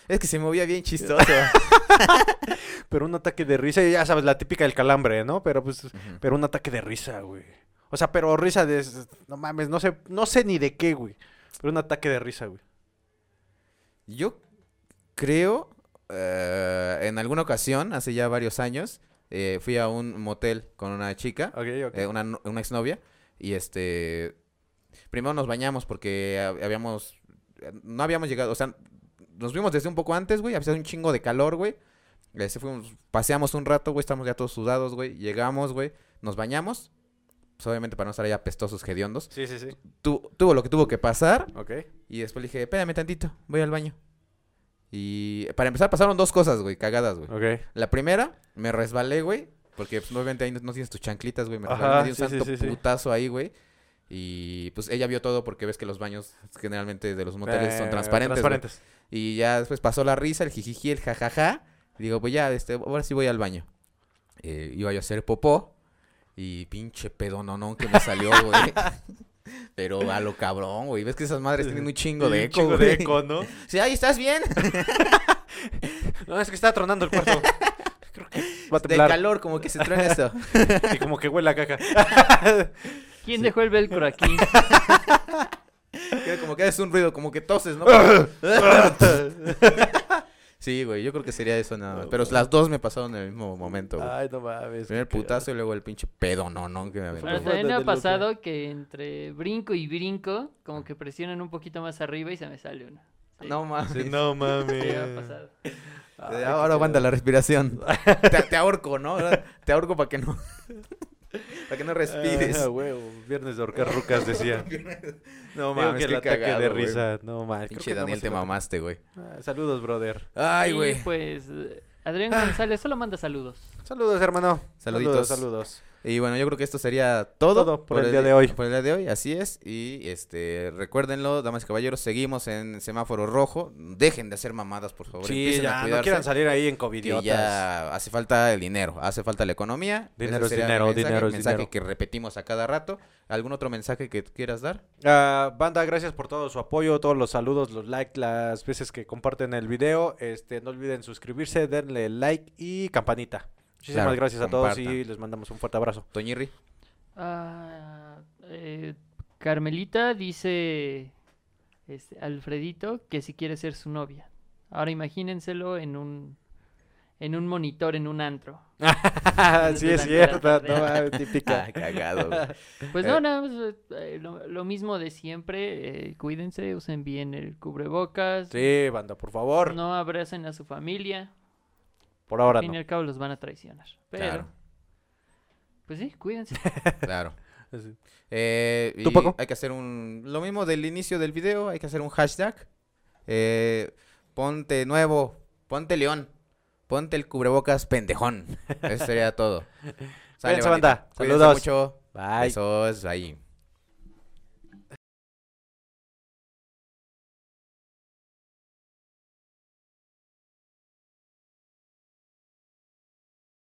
Es que se movía bien chistoso.
Pero un ataque de risa, y ya sabes, la típica del calambre, ¿no? Pero pues, pero un ataque de risa, güey. O sea, pero risa de, no mames, no sé, no sé ni de qué, güey. Pero un ataque de risa, güey.
Yo creo, eh, en alguna ocasión, hace ya varios años, eh, fui a un motel con una chica,
Ok, ok.
eh, una, no- una exnovia, y este, primero nos bañamos porque hab- habíamos, no habíamos llegado, o sea, nos vimos desde un poco antes, güey, hacía un chingo de calor, güey. Este, fuimos, paseamos un rato, güey, estamos ya todos sudados, güey, llegamos, güey, nos bañamos, pues, obviamente para no estar ahí apestosos, hediondos.
Sí, sí, sí.
Tu- tuvo lo que tuvo que pasar,
Ok.
y después le dije, espérame tantito, voy al baño. Y para empezar pasaron dos cosas, güey, cagadas, güey.
Ok.
La primera, me resbalé, güey, porque pues, obviamente ahí no, no tienes tus chanclitas, güey. Me resbalé,
Ajá,
me di un
sí, sí,
santo
sí, sí.
putazo ahí, güey. Y pues ella vio todo porque ves que los baños generalmente de los moteles son
Eh,
transparentes. güey.
Transparentes.
Y ya después pasó la risa, el jijiji, el jajaja. Y digo, pues ya, este, ahora sí voy al baño. Eh, iba yo a hacer popó. Y pinche pedononón que me salió, güey. Pero a lo cabrón, güey. Ves que esas madres tienen un chingo de
Sí,
eco,
chingo
güey.
de eco, ¿no?
Sí, ahí estás bien.
No, es que está tronando el cuarto. Creo que va a
De
temblar.
calor, como que se truena esto.
Y como que huele a caca.
¿Quién dejó el velcro aquí?
Queda como que haces un ruido, como que toses, ¿no? sí, güey, yo creo que sería eso nada más. Pero las dos me pasaron en el mismo momento, güey.
Ay, no
Primero el
mames. qué cagado.
putazo y luego el pinche pedononón que me aventó.
Pero
güey.
Bueno,
también me
de
ha
lo que-
pasado que entre brinco y brinco, como que presionan un poquito más arriba y se me sale una. Sí,
No mames.
Sí, no mames.
sí, me ha pasado.
Eh, Ahora aguanta la respiración. te, te ahorco, ¿no? Ahora Te ahorco para que no. para que no respires.
Ah, huevo. Viernes de ahorcar rucas, decía.
no
Digo que
mames,
el
qué
ataque
cagado,
de
güey.
risa. No mames. creo
Pinche
que nada
Daniel,
más
te
el ataque.
mamaste, güey.
Ah, Saludos, brother.
Ay,
Y,
güey. Ah.
pues eh, Adrián González solo manda saludos.
Saludos, hermano.
Saluditos.
Saludos.
Y bueno, yo creo que esto sería todo,
Todo por el día de hoy.
Por el día de hoy, así es. Y este, recuérdenlo, damas y caballeros, seguimos en semáforo rojo. Dejen de hacer mamadas, por favor.
Sí,
Empiecen a
ya, no
cuidarse,
quieran salir ahí en
que
covidiotas.
ya hace falta el dinero, hace falta la economía.
Dinero
Ese
es
sería mi
dinero,
mensaje,
dinero es
mensaje
dinero.
que repetimos a cada rato. ¿Algún otro mensaje que quieras dar?
Ah, banda, gracias por todo su apoyo, todos los saludos, los likes, las veces que comparten el video. Este, no olviden suscribirse, denle like y campanita. Muchísimas
Claro,
gracias a todos y
compartan.
les mandamos un fuerte abrazo.
Toñirri.
Ah, eh, Carmelita dice este, Alfredito que si quiere ser su novia. Ahora imagínenselo en un en un monitor, en un antro.
sí, es
Durante la
cierto,
tarde.
no mames, típica.
Ah, cagado. güey.
Pues
Eh.
no, nada más, eh, eh, lo, lo mismo de siempre. eh, cuídense, usen bien el cubrebocas.
Sí, banda, por favor.
No abracen a su familia.
Por ahora
Al fin y
no.
al cabo los van a traicionar. Pero,
Claro.
pues sí, cuídense.
Claro.
Sí.
Eh,
¿Tú,
y
Paco?
Hay que hacer un. Lo mismo del inicio del video, hay que hacer un hashtag. Eh, ponte nuevo, ponte león, ponte el cubrebocas pendejón. Eso sería todo.
Cuídense,
bandita.
banda.
Cuídense
Saludos.
mucho.
Bye.
Besos ahí.